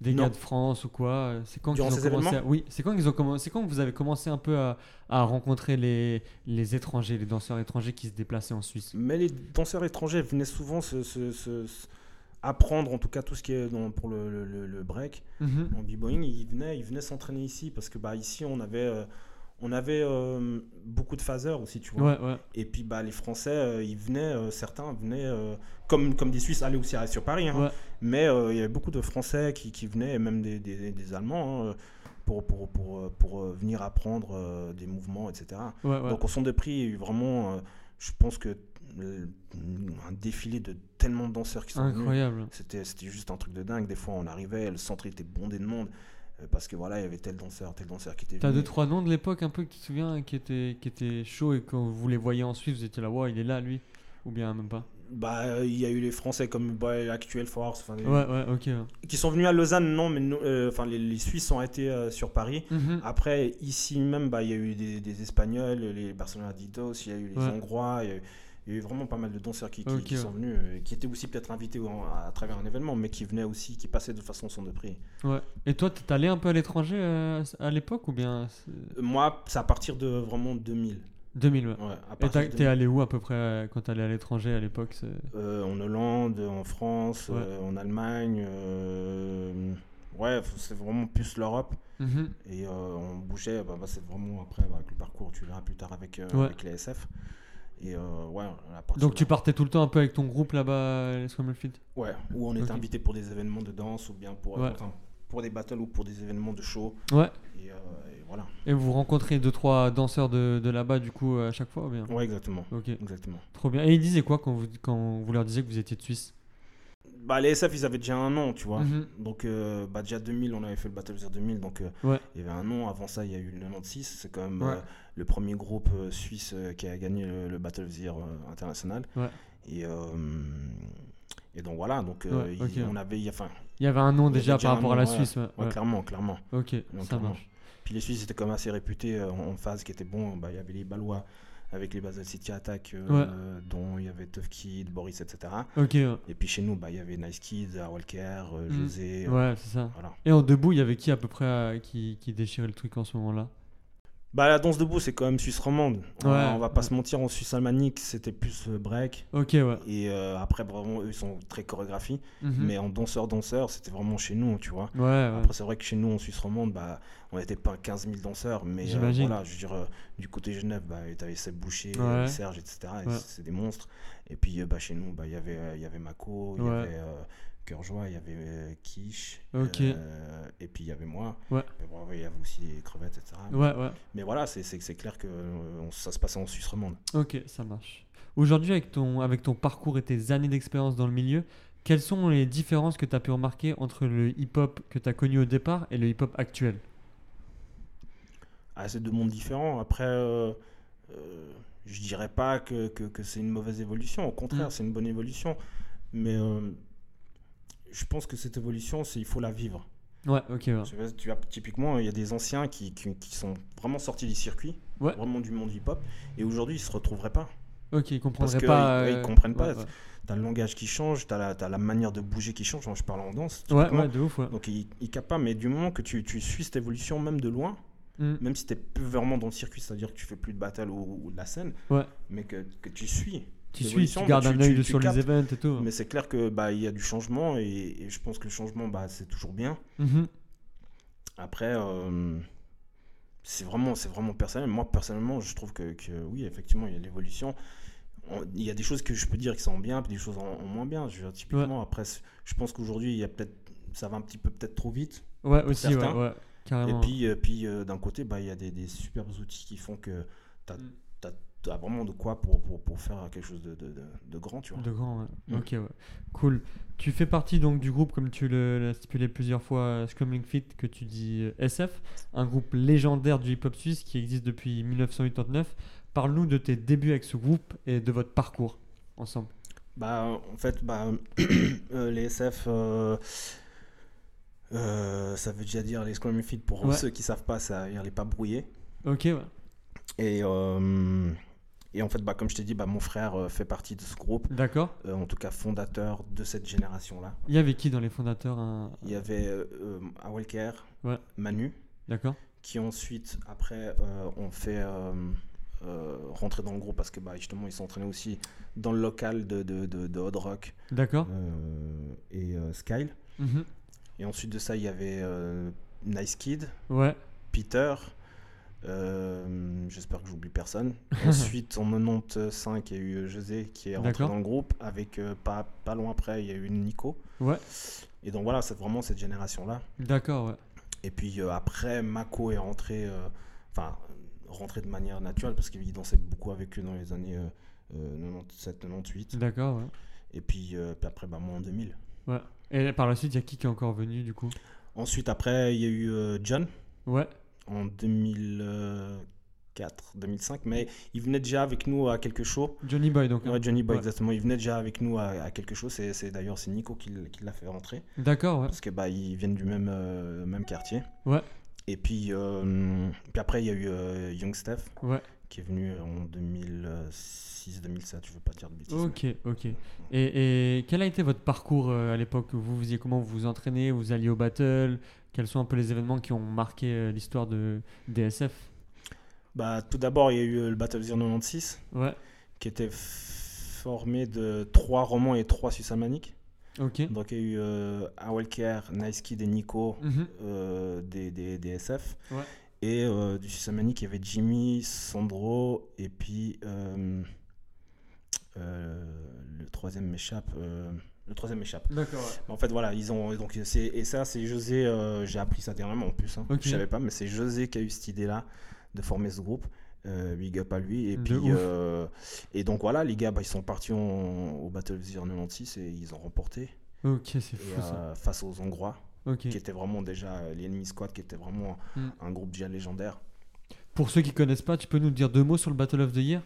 S2: Des
S3: Non.
S2: gars de France ou quoi euh, C'est quand qu'ils
S3: Durant
S2: ont
S3: ces
S2: commencé à...
S3: événements
S2: Oui, c'est quand qu'ils ont commencé. C'est quand vous avez commencé un peu à, à rencontrer les, les étrangers, les danseurs étrangers qui se déplaçaient en Suisse.
S3: Mais les danseurs étrangers venaient souvent se, se- se- se- apprendre, en tout cas tout ce qui est dans- pour le, le- le- le break
S2: Mhm.
S3: en b-boying. Ils venaient, ils venaient s'entraîner ici parce que bah, ici on avait, euh, on avait euh, beaucoup de phaseurs aussi, tu vois.
S2: Ouais, ouais.
S3: Et puis bah, les Français, euh, ils venaient, euh, certains venaient, euh, comme, comme des Suisses allaient aussi à- sur Paris, hein.
S2: Ouais.
S3: mais euh, il y avait beaucoup de Français qui, qui venaient, et même des, des- des Allemands, hein, pour, pour, pour, euh, pour, euh, venir apprendre euh, des mouvements, etc.
S2: Ouais, ouais.
S3: Donc au son de prix, il y a eu vraiment, euh, je pense que euh, un défilé de tellement de danseurs qui sont venus.
S2: Incroyable.
S3: C'était c'était juste un truc de dingue. Des fois, on arrivait, le centre était bondé de monde, euh, parce que voilà, il y avait tel danseur, tel danseur qui était
S2: T'as
S3: venu.
S2: deux trois noms de l'époque un peu que tu te souviens qui étaient qui étaient chauds et quand vous les voyez en Suisse vous étiez là ouais il est là lui ou bien même pas.
S3: Bah, euh, il y a eu les Français comme bah, Actuel Force, enfin, des-
S2: Ouais ouais ok. ouais.
S3: qui sont venus à Lausanne, non, mais nous, euh, enfin les, les Suisses ont été euh, sur Paris.
S2: Mhm.
S3: Après, ici même, bah, il y a eu des, des Espagnols, les Barcelonaditos, il y a eu les
S2: Ouais.
S3: Hongrois, il y, a eu- il y a eu vraiment pas mal de danseurs qui, qui-
S2: Ok,
S3: qui
S2: ouais.
S3: sont venus, euh, qui étaient aussi peut-être invités en- à travers un événement, mais qui venaient aussi, qui passaient de façon son de prix.
S2: Ouais. Et toi t'es allé un peu à l'étranger euh, à l'époque ou bien c'est-
S3: Euh, Moi, c'est à partir de vraiment 2000.
S2: 2000 ouais.
S3: Ouais, à
S2: Et
S3: partir
S2: t'as-
S3: de
S2: t'es allé où à peu près euh, quand t'es allé à l'étranger à l'époque c'est-
S3: Euh, en Hollande, en France,
S2: Ouais.
S3: euh, en Allemagne. euh, ouais, c'est vraiment plus l'Europe.
S2: Mhm.
S3: Et euh, on bougeait, bah, bah, c'est vraiment après, bah, avec le parcours, tu verras plus tard avec, euh,
S2: Ouais.
S3: avec les SF. Et euh, ouais, à partir
S2: Donc
S3: de
S2: tu
S3: là-
S2: partais tout le temps un peu avec ton groupe là-bas les Scrambled
S3: Ouais, où on était
S2: Ok.
S3: invité pour des événements de danse ou bien pour, euh,
S2: Ouais.
S3: enfin, pour des battles ou pour des événements de show.
S2: Ouais.
S3: Et, euh, et voilà.
S2: Et vous rencontrez deux trois danseurs de, de là-bas du coup à chaque fois ou bien.
S3: Ouais, exactement.
S2: Ok.
S3: Exactement.
S2: Trop bien. Et ils disaient quoi quand vous quand vous leur disiez que vous étiez de Suisse.
S3: Bah, les SF, ils avaient déjà un nom, tu vois.
S2: Mhm.
S3: Donc, euh, bah, déjà 2000, on avait fait le Battle sur 2000, donc euh,
S2: Ouais.
S3: il y avait un nom. Avant ça, il y a eu le 96, c'est quand même
S2: Ouais.
S3: euh, le premier groupe euh, suisse euh, qui a gagné le, le Battle of the Year, euh, international.
S2: Ouais.
S3: Et, euh, et donc voilà, donc euh,
S2: Ouais,
S3: il-
S2: ok.
S3: on avait, il y a- enfin,
S2: Il y avait un nom
S3: Il y avait
S2: déjà
S3: déjà
S2: par
S3: un
S2: rapport
S3: nom,
S2: à la
S3: ouais.
S2: Suisse. ouais,
S3: ouais,
S2: ouais.
S3: clairement, clairement.
S2: Ok,
S3: Donc,
S2: ça
S3: clairement.
S2: marche.
S3: Puis les Suisses étaient quand même assez réputés euh, en en phase qui était bon. Bah, Il y avait les Balois avec les Basel City Attack, euh,
S2: Ouais.
S3: euh, dont il y avait Tough Kid, Boris, etc.
S2: Ok, ouais,
S3: Et puis chez nous, bah, il y avait Nice Kids, Walker, euh,
S2: Mm.
S3: José. euh,
S2: Ouais, c'est ça.
S3: Voilà.
S2: Et en debout, il y avait qui à peu près euh, qui, qui déchirait le truc en ce moment-là
S3: Bah, la danse debout, c'est quand même Suisse romande. On,
S2: Ouais.
S3: on va pas se mentir, en Suisse alémanique, c'était plus euh, break.
S2: Ok, ouais.
S3: Et euh, après, vraiment, eux, ils sont très chorégraphies.
S2: Mhm.
S3: Mais en danseur-danseur, c'était vraiment chez nous, tu vois.
S2: Ouais, ouais.
S3: Après, c'est vrai que chez nous, en Suisse romande, bah, on n'était pas 15 000 danseurs, mais euh,
S2: J'imagine.
S3: voilà, je veux dire, euh, du côté Genève, bah, tu avais Seb Boucher,
S2: Ouais.
S3: euh, Serge, etc. et
S2: Ouais.
S3: c'est- C'est des monstres. Et puis, euh, bah, chez nous, bah, il y avait, euh, il y avait Mako, il
S2: Ouais.
S3: y avait euh, Cœurjoie, il y avait euh, Quiche,
S2: Ok.
S3: euh, et puis il y avait moi.
S2: Ouais.
S3: Et bon, ouais, il y avait aussi les crevettes, etc.
S2: Ouais, ouais.
S3: Mais voilà, c'est- c'est c'est clair que euh, on- ça se passait en Suisse romande.
S2: Ok, ça marche. Aujourd'hui, avec ton, avec ton parcours et tes années d'expérience dans le milieu, quelles sont les différences que tu as pu remarquer entre le hip-hop que tu as connu au départ et le hip-hop actuel
S3: Ah, c'est deux mondes différents. Après, euh, euh, je dirais pas que, que- que c'est une mauvaise évolution. Au contraire,
S2: Mm.
S3: c'est une bonne évolution. Mais euh, je pense que cette évolution, c'est il faut la vivre.
S2: Ouais, ok, ouais.
S3: Tu vois, tu as- typiquement, il y a des anciens qui, qui- qui sont vraiment sortis du circuit,
S2: Ouais.
S3: vraiment du monde hip-hop, et aujourd'hui, ils se retrouveraient pas.
S2: Ok, ils
S3: Parce
S2: comprendraient
S3: que,
S2: pas.
S3: ouais, ils
S2: euh,
S3: comprennent pas.
S2: ouais, ouais.
S3: T'as le langage qui change, t'as la, t'as la manière de bouger qui change. Moi, je parle en danse.
S2: Ouais,
S3: typiquement.
S2: ouais, de ouf, ouais.
S3: Donc, ils il capent pas, mais du moment que tu, tu suis cette évolution, même de loin,
S2: Mm.
S3: même si t'es plus vraiment dans le circuit, c'est-à-dire que tu fais plus de battle ou, ou de la scène,
S2: Ouais.
S3: mais que, que tu suis.
S2: Tu suis,
S3: l'évolution,
S2: tu
S3: bah,
S2: gardes
S3: tu-
S2: un
S3: tu-
S2: œil
S3: tu
S2: sur les
S3: captes.
S2: events et tout.
S3: Mais c'est clair que bah il y a du changement et, et je pense que le changement bah c'est toujours bien.
S2: Mhm.
S3: Après euh, c'est vraiment c'est vraiment personnel. Moi personnellement je trouve que, que oui effectivement il y a de l'évolution. On- Il y a des choses que je peux dire qui sont bien puis des choses en, en moins bien. Je veux dire, typiquement après c'est- je pense qu'aujourd'hui il y a peut-être ça va un petit peu peut-être trop vite.
S2: Ouais, aussi, ouais,
S3: certains.
S2: ouais, carrément.
S3: Et puis, euh, puis euh, d'un côté, bah, il y a des, des super outils qui font que tu as,
S2: Mm.
S3: vraiment de quoi pour, pour, pour faire quelque chose de, de, de, de grand, tu vois.
S2: De grand, ouais.
S3: Mm.
S2: Ok, ouais. Cool. Tu fais partie donc du groupe, comme tu le- l'as stipulé plusieurs fois, euh, Scrambling Fit, que tu dis euh, SF, un groupe légendaire du hip-hop suisse qui existe depuis 1989. Parle-nous de tes débuts avec ce groupe et de votre parcours ensemble.
S3: Bah, en fait, bah, euh, les SF, euh, euh, ça veut déjà dire les Scrum Feed pour
S2: Ouais.
S3: ceux qui savent pas, ça veut dire les pas brouillés.
S2: Ok, ouais.
S3: Et, euh, et en fait, bah, comme je t'ai dit, bah, mon frère euh, fait partie de ce groupe,
S2: D'accord.
S3: euh, en tout cas fondateur de cette génération-là.
S2: Il y avait qui dans les fondateurs hein un-
S3: Il y avait euh, euh, Awelker,
S2: Ouais.
S3: Manu,
S2: D'accord.
S3: qui ensuite, après, euh, ont fait euh, euh, rentrer dans le groupe parce que bah, justement, ils s'entraînaient aussi dans le local de, de, de, de Hot Rock
S2: D'accord.
S3: euh, et euh, Skyle.
S2: Mhm.
S3: Et ensuite de ça, il y avait euh, Nice Kid,
S2: Ouais.
S3: Peter. euh, J'espère que j'oublie personne. Ensuite, en 95, il y a eu José qui est rentré
S2: D'accord.
S3: dans le groupe. Avec euh, pas, pas loin après, il y a eu Nico.
S2: Ouais.
S3: Et donc voilà, c'est vraiment cette génération-là.
S2: D'accord, ouais.
S3: Et puis euh, après, Mako est rentré, euh, enfin, rentré de manière naturelle parce qu'il dansait beaucoup avec eux dans les années euh, 97-98.
S2: D'accord, ouais.
S3: Et puis, euh, puis après, bah, moi en 2000.
S2: Ouais. Et par la suite, il y a qui qui est encore venu du coup
S3: Ensuite, après, il y a eu euh, John
S2: Ouais.
S3: en 2004, 2005, mais il venait déjà avec nous à quelque chose.
S2: Johnny Boy, donc. hein.
S3: Johnny Boy,
S2: Ouais.
S3: exactement. Il venait déjà avec nous à, à quelque chose. C'est c'est- d'ailleurs c'est Nico qui, l- qui l'a fait rentrer.
S2: D'accord, ouais.
S3: parce que bah ils viennent du même euh, même quartier.
S2: Ouais.
S3: Et puis euh, puis après il y a eu euh, Young Steph
S2: Ouais.
S3: qui est venu euh, en 2006 2007, je veux pas dire de bêtises.
S2: Ok, ok. Et, et quel a été votre parcours euh, à l'époque Vous faisiez comment Vous vous entraînez Vous alliez au battle Quels sont un peu les événements qui ont marqué euh, l'histoire de DSF
S3: Bah tout d'abord, il y a eu euh, le Battlefield 96
S2: Ouais,
S3: qui était f- formé de trois romans et trois suissamaniques.
S2: ok.
S3: Donc il y a eu euh, Awelker, Nice Kid et Nico
S2: Mhm.
S3: euh, des, des, des SF.
S2: Ouais.
S3: Et euh, du Susamanic, il y avait Jimmy, Sandro, et puis euh, euh, le troisième m'échappe. euh, le troisième m'échappe.
S2: D'accord.
S3: En fait, voilà, ils ont. Donc, c'est- et ça, c'est José, euh, j'ai appris ça dernièrement en plus, hein.
S2: Ok.
S3: je savais pas, mais c'est José qui a eu cette idée-là de former ce groupe. Euh, big up à lui. Et,
S2: De
S3: puis,
S2: ouf.
S3: euh, et donc, voilà, les gars, bah, ils sont partis en- au Battlefield 96 et ils ont remporté
S2: Ok, c'est
S3: et,
S2: fou ça.
S3: euh, face aux Hongrois
S2: Ok.
S3: qui était vraiment déjà euh, l'ennemi squad qui était vraiment
S2: Mm.
S3: un groupe déjà légendaire
S2: Pour ceux qui connaissent pas, tu peux nous dire deux mots sur le Battle of the Year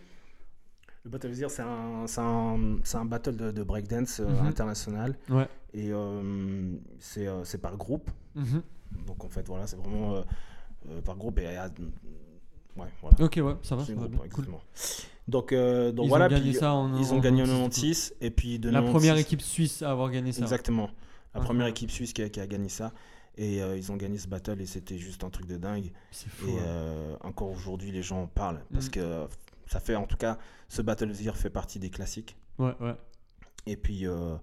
S3: le Battle of the Year, c'est un, c'est un, c'est un battle de, de breakdance euh,
S2: Mhm.
S3: international.
S2: Ouais.
S3: Et euh, c'est euh, c'est par groupe.
S2: Mhm.
S3: Donc en fait, voilà, c'est vraiment euh, euh, par groupe. Et, euh, ouais, voilà.
S2: Ok, ouais, ça va.
S3: C'est
S2: Ça
S3: un
S2: va
S3: groupe,
S2: bien.
S3: ouais,
S2: Cool.
S3: exactement. Donc, euh, donc
S2: Ils
S3: voilà.
S2: ont gagné
S3: puis, euh,
S2: ça en.
S3: Ils ont gagné en
S2: 96.
S3: 96. Et puis de
S2: La
S3: 96,
S2: première équipe suisse à avoir gagné ça.
S3: Exactement. La
S2: Mhm.
S3: première équipe suisse qui a, qui a gagné ça. Et euh, ils ont gagné ce battle et c'était juste un truc de dingue.
S2: C'est
S3: Et
S2: fou. ouais.
S3: euh, encore aujourd'hui, les gens en parlent parce
S2: Mm.
S3: que euh, ça fait, en tout cas, ce Battle of the Year fait partie des classiques.
S2: Ouais, ouais.
S3: Et puis, euh,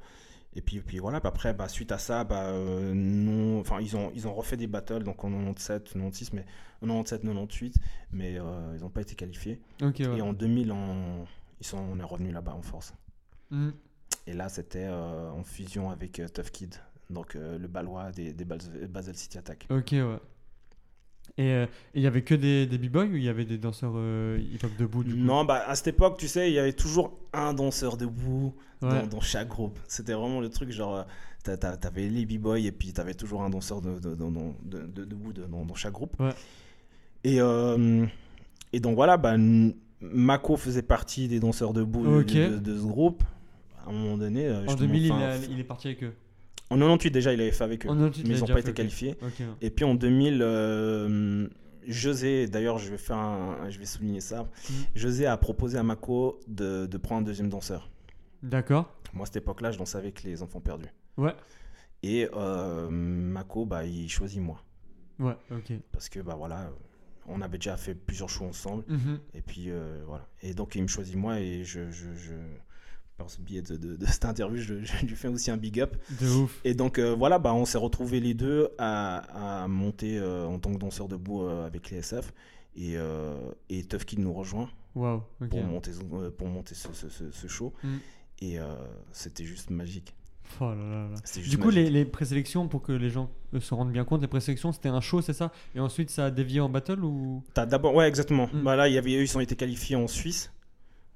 S3: et puis, et puis voilà. Bah, Après, bah, suite à ça, bah, euh, nous- enfin, ils ont, ils ont refait des battles donc en 97, 96, mais en 97, 98, mais euh, ils n'ont pas été qualifiés.
S2: Ok, ouais.
S3: Et en 2000, on, ils sont, on est revenu là-bas en force.
S2: Mhm.
S3: Et là, c'était euh, en fusion avec euh, Tough Kid, donc euh, le Balois des, des Bas- Basel City Attack.
S2: Ok, ouais. Et euh, et il y avait que des, des b-boys ou il y avait des danseurs euh, hip-hop debout du coup
S3: Non, bah à cette époque, tu sais, il y avait toujours un danseur debout.
S2: Ouais.
S3: dans, dans chaque groupe. C'était vraiment le truc, genre, euh, t'a- t'a- t'avais les b-boys et puis t'avais toujours un danseur de, de- dans- dans- de- de- debout de- dans, dans chaque groupe.
S2: Ouais.
S3: Et, euh, et donc voilà, bah, N- Mako faisait partie des danseurs debout de-
S2: Ok.
S3: de, de ce groupe. À un moment donné, euh,
S2: En
S3: justement,
S2: 2000, il,
S3: enfin,
S2: a- il est parti avec eux. Oh,
S3: en 98 déjà, il avait fait avec eux,
S2: En 98,
S3: mais
S2: il
S3: ils
S2: a
S3: n'ont
S2: déjà
S3: pas
S2: fait,
S3: été
S2: ok.
S3: qualifiés.
S2: Ok, ouais.
S3: Et puis en 2000, euh, José, d'ailleurs, je vais faire, un- je vais souligner ça.
S2: Mm.
S3: José a proposé à Mako de, de prendre un deuxième danseur.
S2: D'accord.
S3: Moi, à cette époque-là, je dansais avec les enfants perdus.
S2: Ouais.
S3: Et euh, Mako, bah, il choisit moi
S2: Ouais, ok.
S3: parce que bah voilà, euh, on avait déjà fait plusieurs shows ensemble.
S2: Mhm.
S3: Et puis euh, voilà. Et donc il me choisit moi et je, je, je- par ce biais de, de- de cette interview, je, je lui fais aussi un big up.
S2: De ouf.
S3: Et donc euh, voilà, bah, on s'est retrouvés les deux à, à monter euh, en tant que danseur debout euh, avec les SF. Et, euh, et Tough Kid nous rejoint
S2: Waouh. Ok.
S3: pour monter, euh, pour monter ce, ce- ce- ce show.
S2: Mm.
S3: Et euh, c'était juste magique.
S2: Oh là là là.
S3: C'était juste
S2: Du coup,
S3: magique.
S2: les, les présélections, pour que les gens euh, se rendent bien compte, les présélections, c'était un show, c'est ça Et ensuite, ça a dévié en battle ou
S3: T'as d'abord, ouais, exactement.
S2: Mm.
S3: Bah là, il y avait, eux, ils ont été qualifiés en Suisse.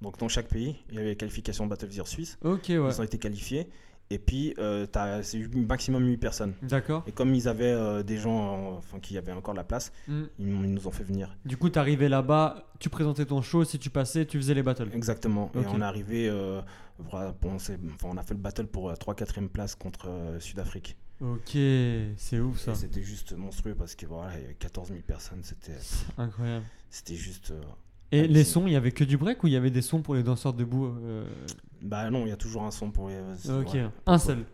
S3: Donc dans chaque pays, il y avait qualification Battlefield Suisse.
S2: Ok, ouais.
S3: Ils ont été qualifiés. Et puis, euh, t'as- c'est eu maximum 8 personnes.
S2: D'accord.
S3: Et comme ils avaient euh, des gens euh, enfin, qui avaient encore la place,
S2: Mm.
S3: ils, m'ont- ils nous ont fait venir.
S2: Du coup, t'arrivais là-bas, tu présentais ton show, si tu passais, tu faisais les battles.
S3: Exactement.
S2: Ok.
S3: Et on est arrivé, euh, voilà, bon, on, s'est- enfin, on a fait le battle pour la 3-4ème place contre euh, Sud-Afrique.
S2: Ok, c'est ouf ça.
S3: Et C'était juste monstrueux parce que voilà, il y avait 14 000 personnes. C'était
S2: C'est Incroyable.
S3: c'était juste. euh,
S2: Et
S3: Hallucinant.
S2: les sons, il y avait que du break ou il y avait des sons pour les danseurs debout euh,
S3: Bah non, il y a toujours un son pour. les- euh,
S2: Ok,
S3: ouais.
S2: un seul.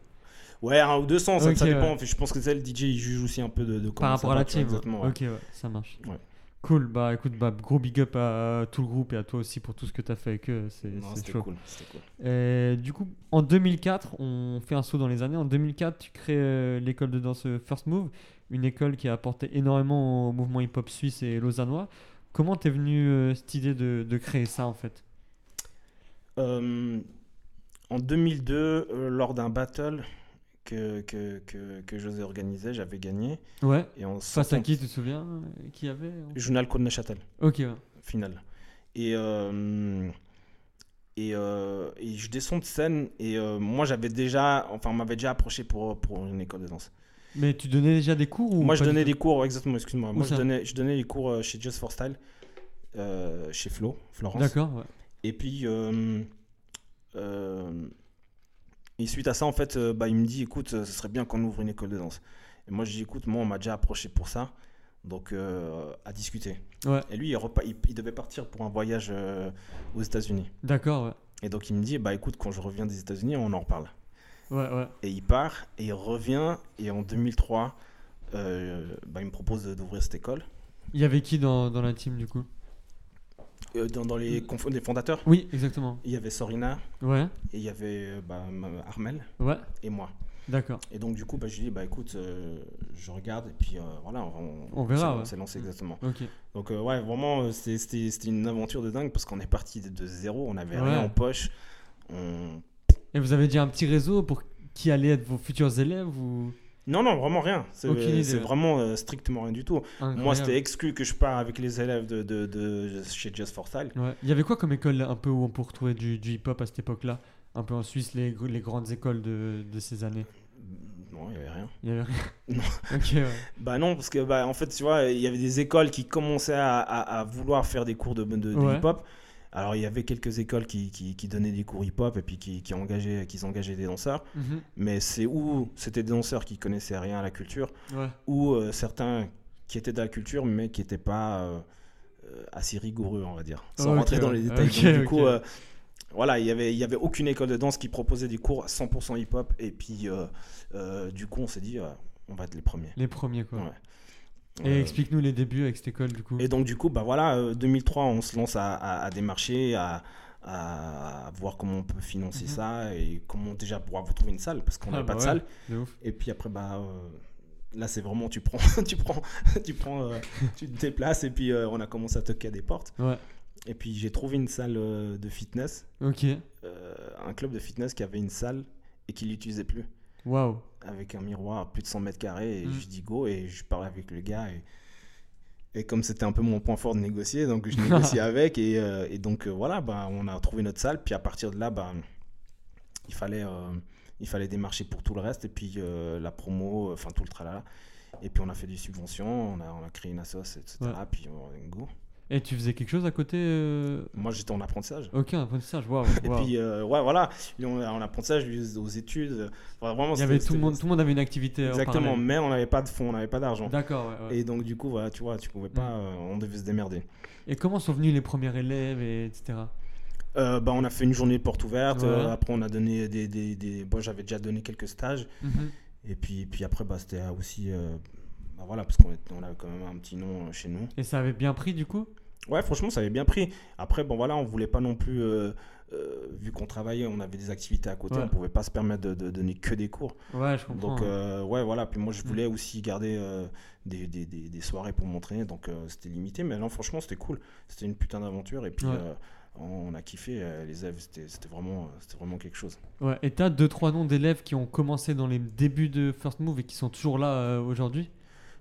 S3: Ouais, un ou deux sons, ça,
S2: Ok,
S3: ça dépend.
S2: ouais.
S3: Je pense que ça, le DJ, il juge aussi un peu de, de comment
S2: Par
S3: ça
S2: rapport à
S3: va,
S2: la
S3: tu vois,
S2: team.
S3: Exactement. ouais.
S2: Ok, ouais, ça marche.
S3: Ouais.
S2: Cool, bah écoute, bah, gros big up à tout le groupe et à toi aussi pour tout ce que t'as fait avec eux. C'est
S3: Non,
S2: c'est
S3: C'était
S2: chaud.
S3: cool. c'était cool.
S2: Et du coup, en 2004, on fait un saut dans les années. En 2004, tu crées euh, l'école de danse euh, First Move, une école qui a apporté énormément au mouvement hip-hop suisse et lausannois. Comment t'es venu euh, cette idée de, de créer ça en fait
S3: Euh, en 2002, euh, lors d'un battle que, que, que, que José organisait, j'avais gagné.
S2: Ouais.
S3: Et on
S2: Face à qui tu te souviens euh, Qui y avait
S3: Journal Côte Neuchâtel,
S2: Ok, ouais.
S3: finale. Et, euh, et, euh, et je descends de scène. Et euh, moi, j'avais déjà. Enfin, on m'avait déjà approché pour, pour une école de danse.
S2: Mais tu donnais déjà des cours ou
S3: moi, je
S2: pas du
S3: donnais
S2: tout
S3: des cours, exactement, excuse-moi. Moi, je
S2: ça
S3: donnais, je donnais des cours euh, chez Just for Style, euh, chez Flo, Florence.
S2: D'accord, ouais.
S3: Et puis, euh, euh, et suite à ça, en fait, euh, bah, il me dit, écoute, euh, ce serait bien qu'on ouvre une école de danse. Et moi, je dis, écoute, moi, on m'a déjà approché pour ça, donc euh, à discuter.
S2: Ouais.
S3: Et lui, il, repa- il- il devait partir pour un voyage euh, aux États-Unis.
S2: D'accord, ouais.
S3: Et donc, il me dit, bah, écoute, quand je reviens des États-Unis, on en reparle.
S2: Ouais, ouais.
S3: Et il part, et il revient, et en 2003, euh, bah, il me propose de- d'ouvrir cette école.
S2: Il y avait qui dans, dans la team du coup
S3: Euh, dans, dans les, conf- les fondateurs,
S2: Oui, exactement.
S3: il y avait Sorina,
S2: Ouais,
S3: et il y avait euh, bah, ma- Armel,
S2: ouais,
S3: et moi.
S2: d'accord.
S3: Et donc, du coup, bah, je lui dis, bah, écoute, euh, je regarde, et puis euh, voilà, on,
S2: On verra,
S3: s'est-
S2: ouais.
S3: s'est lancé
S2: Mm.
S3: exactement.
S2: Ok.
S3: Donc, euh, ouais, vraiment, euh, c'est- c'était c'était une aventure de dingue parce qu'on est parti de, de zéro, on n'avait
S2: Ouais.
S3: rien en poche. On-
S2: Et vous avez déjà un petit réseau pour qui allait être vos futurs élèves ou
S3: Non, non, vraiment rien. C'est
S2: Aucune idée,
S3: c'est
S2: ouais.
S3: vraiment euh, strictement rien du tout. Moi,
S2: Incroyable.
S3: c'était exclu que je pars avec les élèves de, de, de- chez Just for Style.
S2: Ouais. Il y avait quoi comme école un peu où on peut retrouver du, du hip-hop à cette époque-là Un peu en Suisse, les, gr- les grandes écoles de, de ces années.
S3: Non, il n'y avait rien.
S2: Il y avait rien.
S3: Non.
S2: ok, ouais.
S3: Bah non, parce que bah, en fait, tu vois, il y avait des écoles qui commençaient à, à- à vouloir faire des cours de, de- de
S2: Ouais.
S3: hip-hop. Alors, il y avait quelques écoles qui, qui- qui donnaient des cours hip-hop et puis qui, qui, engageaient, qui engageaient des danseurs.
S2: Mhm.
S3: Mais c'est où c'était des danseurs qui connaissaient rien à la culture
S2: Ouais.
S3: ou euh, certains qui étaient de la culture mais qui n'étaient pas euh, euh, assez rigoureux, on va dire. Sans
S2: Ok,
S3: rentrer dans
S2: ouais.
S3: les détails.
S2: Ok,
S3: Donc,
S2: ok.
S3: Du coup, euh, voilà, il n'y avait, il y avait aucune école de danse qui proposait des cours 100% hip-hop. Et puis, euh, euh, du coup, on s'est dit, euh, on va être les premiers.
S2: Les premiers, quoi.
S3: Ouais.
S2: Et
S3: Euh,
S2: explique-nous les débuts avec cette école, du coup.
S3: et donc, du coup, bah voilà, euh, 2003, on se lance à, à- à démarcher, à, à voir comment on peut financer
S2: Mhm.
S3: ça et comment déjà pouvoir vous trouver une salle parce qu'on n'a
S2: Ah,
S3: pas
S2: bah
S3: de
S2: ouais,
S3: salle.
S2: de ouf.
S3: Et puis après, bah. euh, Là, c'est vraiment, tu prends, tu prends, tu prends, euh, tu te déplaces, et puis euh, on a commencé à toquer à des portes.
S2: Ouais.
S3: Et puis j'ai trouvé une salle euh, de fitness,
S2: Ok.
S3: euh, un club de fitness qui avait une salle et qui l'utilisait plus,
S2: Waouh.
S3: avec un miroir à plus de 100 mètres carrés. Et
S2: Mm.
S3: je dis go, et je parlais avec le gars, et, et comme c'était un peu mon point fort de négocier, donc je négociais avec, et, euh, et donc euh, voilà, bah, on a trouvé notre salle, puis à partir de là, bah, il fallait. euh, il fallait démarcher pour tout le reste et puis euh, la promo, euh, enfin tout le tralala. Et puis on a fait des subventions, on a, on a créé une assoce, etc.
S2: Ouais.
S3: Puis on go.
S2: Et tu faisais quelque chose à côté euh,
S3: Moi, j'étais en apprentissage.
S2: Ok, un apprentissage, waouh.
S3: Et
S2: waouh.
S3: puis, euh, ouais, voilà, Et on- en apprentissage, lui, aux études. Enfin, vraiment,
S2: Il y avait
S3: c'était-
S2: tout, le monde,
S3: c'était-
S2: tout le monde avait une activité. en
S3: Exactement,
S2: parallèle.
S3: mais on n'avait pas de fonds, on n'avait pas d'argent.
S2: D'accord. ouais, ouais. Mm.
S3: Et donc, du coup, voilà, tu vois, tu pouvais pas, euh, on devait se démerder.
S2: Et... comment sont venus les premiers élèves, et etc.
S3: Euh, bah, on a fait une journée porte ouverte,
S2: Ouais.
S3: euh, après, on a donné des. des, des- Bon, j'avais déjà donné quelques stages,
S2: Mhm.
S3: et puis, puis après, bah, c'était aussi. euh, Bah, voilà, parce qu'on était- on avait quand même un petit nom euh, chez nous.
S2: Et ça avait bien pris du coup
S3: Ouais, franchement, ça avait bien pris. Après, bon, voilà, on voulait pas non plus. euh, euh, vu qu'on travaillait, on avait des activités à côté,
S2: Ouais.
S3: on pouvait pas se permettre de- de donner que des cours.
S2: Ouais, je comprends. hein. Mm.
S3: Donc
S2: ouais.
S3: euh, ouais voilà, puis moi je voulais aussi garder euh, des, des- des- des soirées pour m'entraîner, donc euh, c'était limité, mais non franchement c'était cool, c'était une putain d'aventure et puis
S2: Ouais.
S3: euh, on a kiffé, euh, les élèves c'était c'était vraiment, euh, c'était vraiment quelque chose.
S2: Ouais, et t'as deux trois noms d'élèves qui ont commencé dans les débuts de First Move et qui sont toujours là euh, aujourd'hui.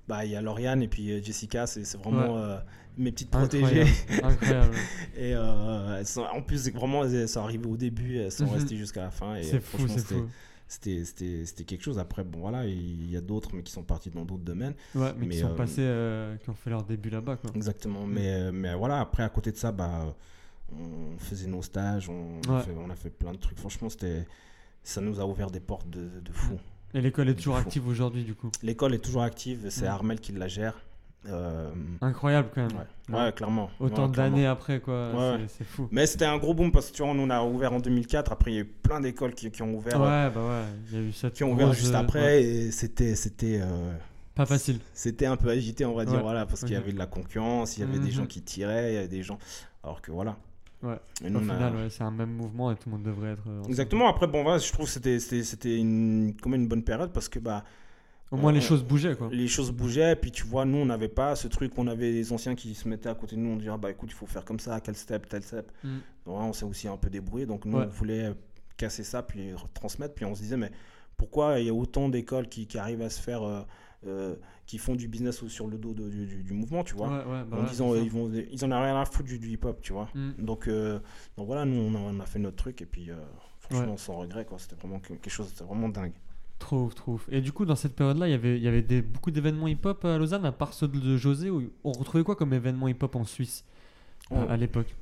S3: Bah il y a Lauriane et puis euh, Jessica, c'est c'est vraiment euh, mes petites protégées,
S2: Incroyable, incroyable.
S3: et euh, elles sont- en plus c'est que vraiment elles elles sont arrivées au début, elles sont
S2: Mhm.
S3: restées jusqu'à la fin, et
S2: c'est
S3: euh,
S2: fou,
S3: franchement,
S2: c'est
S3: c'était-
S2: fou.
S3: c'était- c'était c'était quelque chose, après bon voilà, il y a d'autres mais qui sont partis dans d'autres domaines.
S2: Ouais, mais,
S3: mais,
S2: qui sont
S3: euh,
S2: passés, euh, qui ont fait leur début là-bas, quoi.
S3: Exactement.
S2: Mm.
S3: Mais, euh, mais voilà, après, à côté de ça, bah, on faisait nos stages, on,
S2: Ouais.
S3: fait- on a fait plein de trucs. Franchement, c'était. Ça nous a ouvert des portes de, de fou.
S2: Et l'école est toujours
S3: Fou.
S2: active aujourd'hui, du coup.
S3: L'école est toujours active, c'est
S2: Mm.
S3: Armel qui la gère. Euh,
S2: Incroyable quand
S3: ouais.
S2: même.
S3: Ouais, clairement.
S2: Autant
S3: Ouais, clairement.
S2: d'années après, quoi.
S3: Ouais,
S2: c'est-
S3: ouais.
S2: C'est fou.
S3: Mais c'était un gros boom parce que tu vois, nous, on a ouvert en 2004. Après, il y a eu plein d'écoles qui, qui ont ouvert.
S2: Ouais, euh, bah ouais, il y a eu ça.
S3: Qui ont ouvert juste après et c'était c'était euh,
S2: Pas facile.
S3: c'était un peu agité on va dire
S2: Ouais.
S3: voilà parce qu'il y
S2: Ok.
S3: avait de la concurrence il y avait
S2: Mhm.
S3: des gens qui tiraient il y avait des gens alors que voilà
S2: Ouais.
S3: Et
S2: Au
S3: nous, on a-
S2: final, ouais, c'est un même mouvement et tout le monde devrait être. euh, ensemble.
S3: Exactement. Après, bon, voilà, je trouve que c'était, c'était, c'était une, quand même une bonne période parce que bah,
S2: Au moins, les
S3: Ouais.
S2: choses bougeaient, quoi.
S3: les choses bougeaient. Puis tu vois, nous, on n'avait pas ce truc. On avait les anciens qui se mettaient à côté de nous. On disait, ah, bah écoute, il faut faire comme ça, quel step, tel step.
S2: Mm.
S3: Donc, voilà, on s'est aussi un peu débrouillé. Donc nous,
S2: Ouais.
S3: on voulait casser ça, puis re- transmettre. Puis on se disait, mais pourquoi il y a autant d'écoles qui, qui arrivent à se faire. euh, euh, qui font du business sur le dos de- du, du- du mouvement, tu vois.
S2: Ouais, ouais, bah
S3: en
S2: ouais,
S3: disant,
S2: c'est
S3: euh,
S2: ça.
S3: ils, vont, ils en ont rien à foutre du, du hip-hop, tu vois.
S2: Mm.
S3: Donc, euh, donc voilà, nous on a, on a fait notre truc et puis euh, franchement
S2: Ouais.
S3: sans regret quoi, c'était vraiment que- quelque chose, c'était vraiment dingue.
S2: Trop, ouf, trop. ouf. Et du coup, dans cette période-là, il y avait, il y avait des, beaucoup d'événements hip-hop à Lausanne, à part ceux de José. Où on retrouvait quoi comme événement hip-hop en Suisse euh,
S3: Oh.
S2: à l'époque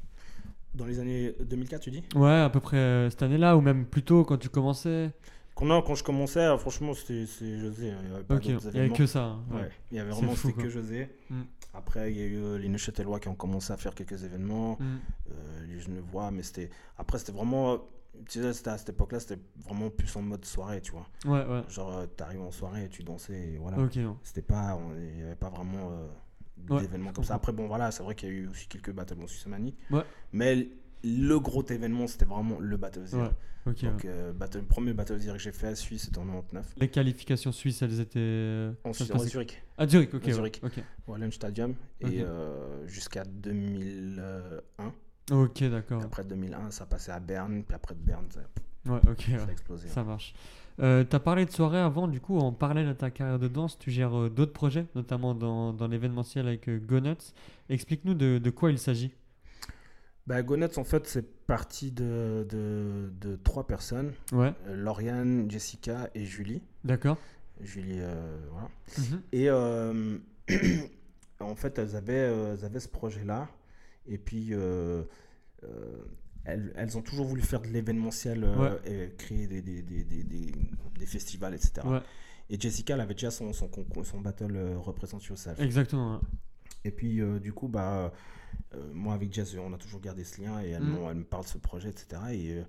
S3: Dans les années 2004 tu dis
S2: Ouais, à peu près euh, cette année-là, ou même plus tôt quand tu commençais.
S3: quand, non, quand je commençais, euh, franchement c'était c'est José, euh, il y avait pas
S2: Ok,
S3: d'autres
S2: il n'y avait
S3: événements.
S2: que ça. hein, ouais.
S3: Ouais, il y avait
S2: C'est
S3: vraiment
S2: fou,
S3: c'était
S2: quoi.
S3: que José.
S2: Mm.
S3: Après il y a eu euh, les Neuchâtelois qui ont commencé à faire quelques événements,
S2: Mm.
S3: euh, les Genevois, mais c'était après c'était vraiment euh, tu sais, c'était à cette époque-là, c'était vraiment plus en mode soirée, tu vois.
S2: Ouais, ouais.
S3: Genre, euh, t'arrives en soirée et tu dansais, et voilà.
S2: Ok, non.
S3: c'était pas on- il n'y avait pas vraiment euh,
S2: Ouais,
S3: d'événements
S2: je
S3: comme ça
S2: comprends.
S3: après bon voilà c'est vrai qu'il y a eu aussi quelques battles en Suisse Manie
S2: Ouais.
S3: mais l- le gros événement c'était vraiment le Battle of the Year.
S2: ok. ouais.
S3: donc euh, battle- le premier Battle of the Year que j'ai fait à Suisse c'était en 99
S2: Les qualifications suisses, elles étaient. euh,
S3: en
S2: ça se
S3: Suisse, à
S2: passait-
S3: Zurich
S2: À Zurich, ok.
S3: à
S2: ouais,
S3: Zurich.
S2: Ok,
S3: au Stadium et
S2: Ok.
S3: euh, jusqu'à 2001
S2: Ok, d'accord.
S3: Et après 2001 ça passait à Berne puis après de Berne ça,
S2: Ouais, ok. ouais.
S3: ça a explosé
S2: Ça marche. Euh, T'as parlé de soirée avant, du coup, en parallèle à ta carrière de danse, tu gères euh, d'autres projets, notamment dans, dans l'événementiel avec euh, Go Nuts. Explique-nous de, de quoi il s'agit.
S3: bah, Gonets en fait c'est parti de, de, de trois personnes
S2: Ouais,
S3: Euh, Lauriane Jessica et Julie
S2: d'accord.
S3: Julie euh, voilà
S2: Mhm.
S3: Et euh, en fait, elles avaient, euh, elles avaient ce projet-là. Et puis, euh, euh, elles, elles ont toujours voulu faire de l'événementiel euh, et créer des, des, des, des, des- des festivals, etc.
S2: Ouais.
S3: Et Jessica, elle avait déjà son, son, concours- son battle euh, Represent Yourself.
S2: Exactement. ouais.
S3: Et puis, euh, du coup, bah, euh, moi, avec Jazz, on a toujours gardé ce lien et elle,
S2: Mm.
S3: m'en- elle me parle de ce projet, etc. Et euh,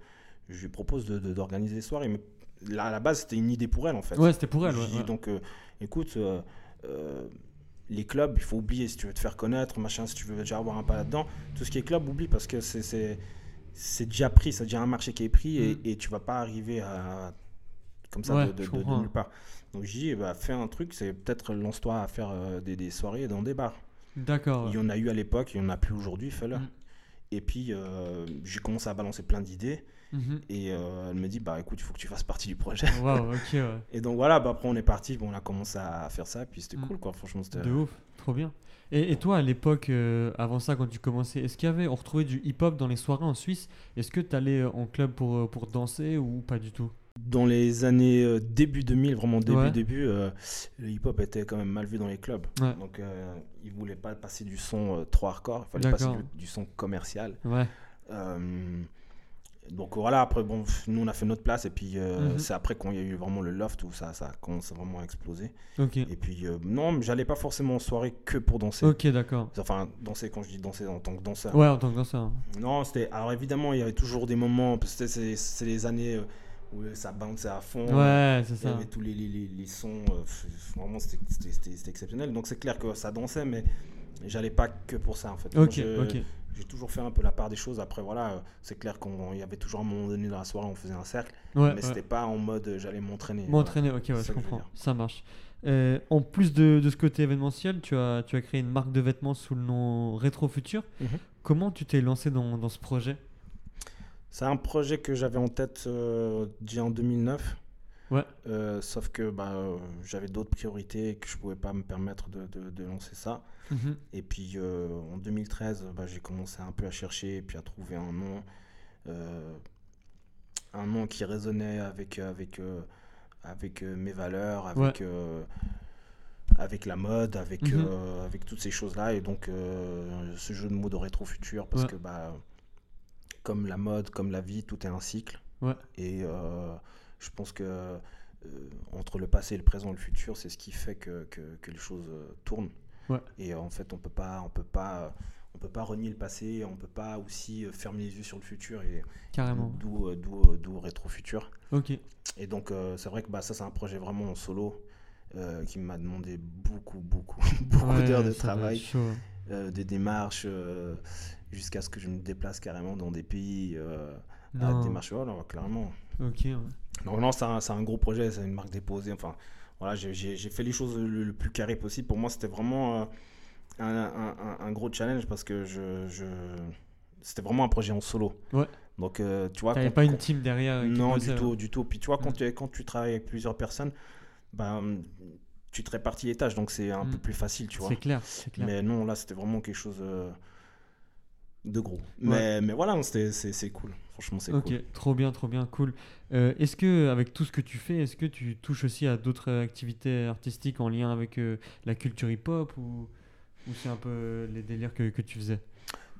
S3: je lui propose de- de- d'organiser des soirées. Mais là, à la base, c'était une idée pour elle, en fait.
S2: Ouais, c'était pour elle.
S3: Je
S2: ouais,
S3: dis
S2: ouais.
S3: donc, euh, écoute, euh, euh, les clubs, il faut oublier si tu veux te faire connaître, machin, si tu veux déjà avoir un pas là-dedans. Tout ce qui est club, oublie parce que c'est- c'est c'est déjà pris, c'est déjà un marché qui est pris et,
S2: Mm.
S3: et tu vas pas arriver à comme ça
S2: Ouais,
S3: de, de-
S2: je
S3: de- de
S2: comprends.
S3: nulle part. Donc je dis, eh ben, fais un truc, c'est peut-être lance-toi à faire euh, des, des soirées dans des bars.
S2: D'accord. ouais.
S3: Il y en a eu à l'époque, il y en a plus aujourd'hui, fais-le.
S2: Mm.
S3: Et puis euh, j'ai commencé à balancer plein d'idées
S2: Mhm.
S3: et euh, elle me dit, bah écoute, il faut que tu fasses partie du projet.
S2: Waouh, ok, ouais.
S3: Et donc voilà, bah après on est parti, bon, on a commencé à faire ça, puis c'était
S2: Mm.
S3: cool quoi, franchement c'était...
S2: De ouf, trop bien. Et, et toi, à l'époque, euh, avant ça, quand tu commençais, est-ce qu'il y avait, on retrouvait du hip-hop dans les soirées en Suisse Est-ce que t'allais euh, en club pour, euh, pour danser ou pas du tout
S3: dans les années euh, début 2000, vraiment début,
S2: Ouais.
S3: début, euh, le hip-hop était quand même mal vu dans les clubs.
S2: Ouais.
S3: Donc, euh, ils voulaient pas passer du son euh, trop hardcore, il fallait passer
S2: D'accord.
S3: du, du son commercial.
S2: Ouais.
S3: Euh, donc voilà, après, bon, pff, nous on a fait notre place et puis euh,
S2: Mhm.
S3: c'est après qu'on y a eu vraiment le loft où ça, ça a commencé vraiment à exploser.
S2: Ok.
S3: Et puis, euh, non, mais j'allais pas forcément en soirée que pour danser.
S2: Mm. Ok, d'accord.
S3: Enfin, danser quand je dis danser en tant que danseur.
S2: Ouais, en tant que danseur.
S3: Non, c'était. Alors évidemment, il y avait toujours des moments, parce que c'est- c'est c'est les années euh, où ça bounçait à fond.
S2: Ouais, c'est
S3: Il y
S2: ça.
S3: avait tous les, les, les, les sons, euh, pff, vraiment c'était- c'était c'était- c'était exceptionnel. Donc c'est clair que ça dansait, mais j'allais pas que pour ça en fait. Moi,
S2: Ok,
S3: je-
S2: ok.
S3: J'ai toujours fait un peu la part des choses. Après, voilà, euh, c'est clair qu'il y avait toujours un moment donné dans la soirée, on faisait un cercle,
S2: Ouais,
S3: mais
S2: ouais.
S3: c'était pas en mode euh, j'allais m'entraîner.
S2: M'entraîner, ok, ouais,
S3: C'est
S2: je
S3: ça que je veux
S2: comprends.
S3: dire.
S2: Ça marche. Euh, en plus de, de ce côté événementiel, tu as, tu as créé une marque de vêtements sous le nom Retro Future.
S3: Mhm.
S2: Comment tu t'es lancé dans, dans ce projet
S3: C'est un projet que j'avais en tête euh, déjà en 2009.
S2: Ouais.
S3: Euh, sauf que bah, euh, j'avais d'autres priorités et que je pouvais pas me permettre de, de- de lancer ça.
S2: Mhm.
S3: Et puis euh, en 2013, bah, j'ai commencé un peu à chercher et puis à trouver un nom. euh, un nom qui résonnait avec, avec, euh, avec euh, mes valeurs, avec, euh, avec la mode, avec,
S2: Mhm.
S3: euh, avec toutes ces choses-là. Et donc euh, ce jeu de mots de rétro-futur, parce
S2: Ouais.
S3: que bah, comme la mode, comme la vie, tout est un cycle.
S2: Ouais.
S3: Et euh, je pense que euh, entre le passé, le présent et le futur, c'est ce qui fait que, que- que les choses euh, tournent.
S2: Ouais.
S3: Et euh, en fait, on peut pas, on peut pas, on peut pas renier le passé, on peut pas aussi euh, fermer les yeux sur le futur et
S2: Carrément.
S3: d'où euh, d'où euh, d'où rétro futur.
S2: Ok.
S3: Et donc euh, c'est vrai que bah ça c'est un projet vraiment en solo. euh, qui m'a demandé beaucoup, beaucoup, beaucoup
S2: Ouais,
S3: d'heures de
S2: ça doit
S3: travail,
S2: être chaud, ouais.
S3: euh, de démarches, euh, jusqu'à ce que je me déplace carrément dans des pays euh, à
S2: Non.
S3: démarcher. Oh là, clairement.
S2: Ok. ouais.
S3: Non, non, c'est un, c'est un gros projet, c'est une marque déposée. Enfin, voilà, j'ai- j'ai j'ai fait les choses le, le plus carré possible. Pour moi, c'était vraiment euh, un, un- un- un gros challenge parce que je, je- c'était vraiment un projet en solo.
S2: Ouais.
S3: Donc, euh, tu vois,
S2: T'avais
S3: quand-
S2: pas une
S3: quand-
S2: team derrière euh, qui
S3: non, du
S2: bossait,
S3: tout,
S2: ouais.
S3: du tout. Puis tu vois, quand,
S2: Mm.
S3: tu, quand tu travailles avec plusieurs personnes, ben, tu te répartis les tâches, donc c'est un
S2: Mm.
S3: peu plus facile, tu vois.
S2: C'est clair, c'est clair.
S3: Mais non, là, c'était vraiment quelque chose euh, de gros. Mais, mais voilà, hein, c'était- c'est c'est cool. Franchement, c'est
S2: Ok,
S3: cool.
S2: trop bien, trop bien, cool. Euh, est-ce que, avec tout ce que tu fais, est-ce que tu touches aussi à d'autres euh, activités artistiques en lien avec euh, la culture hip-hop ou, ou c'est un peu les délires que, que tu faisais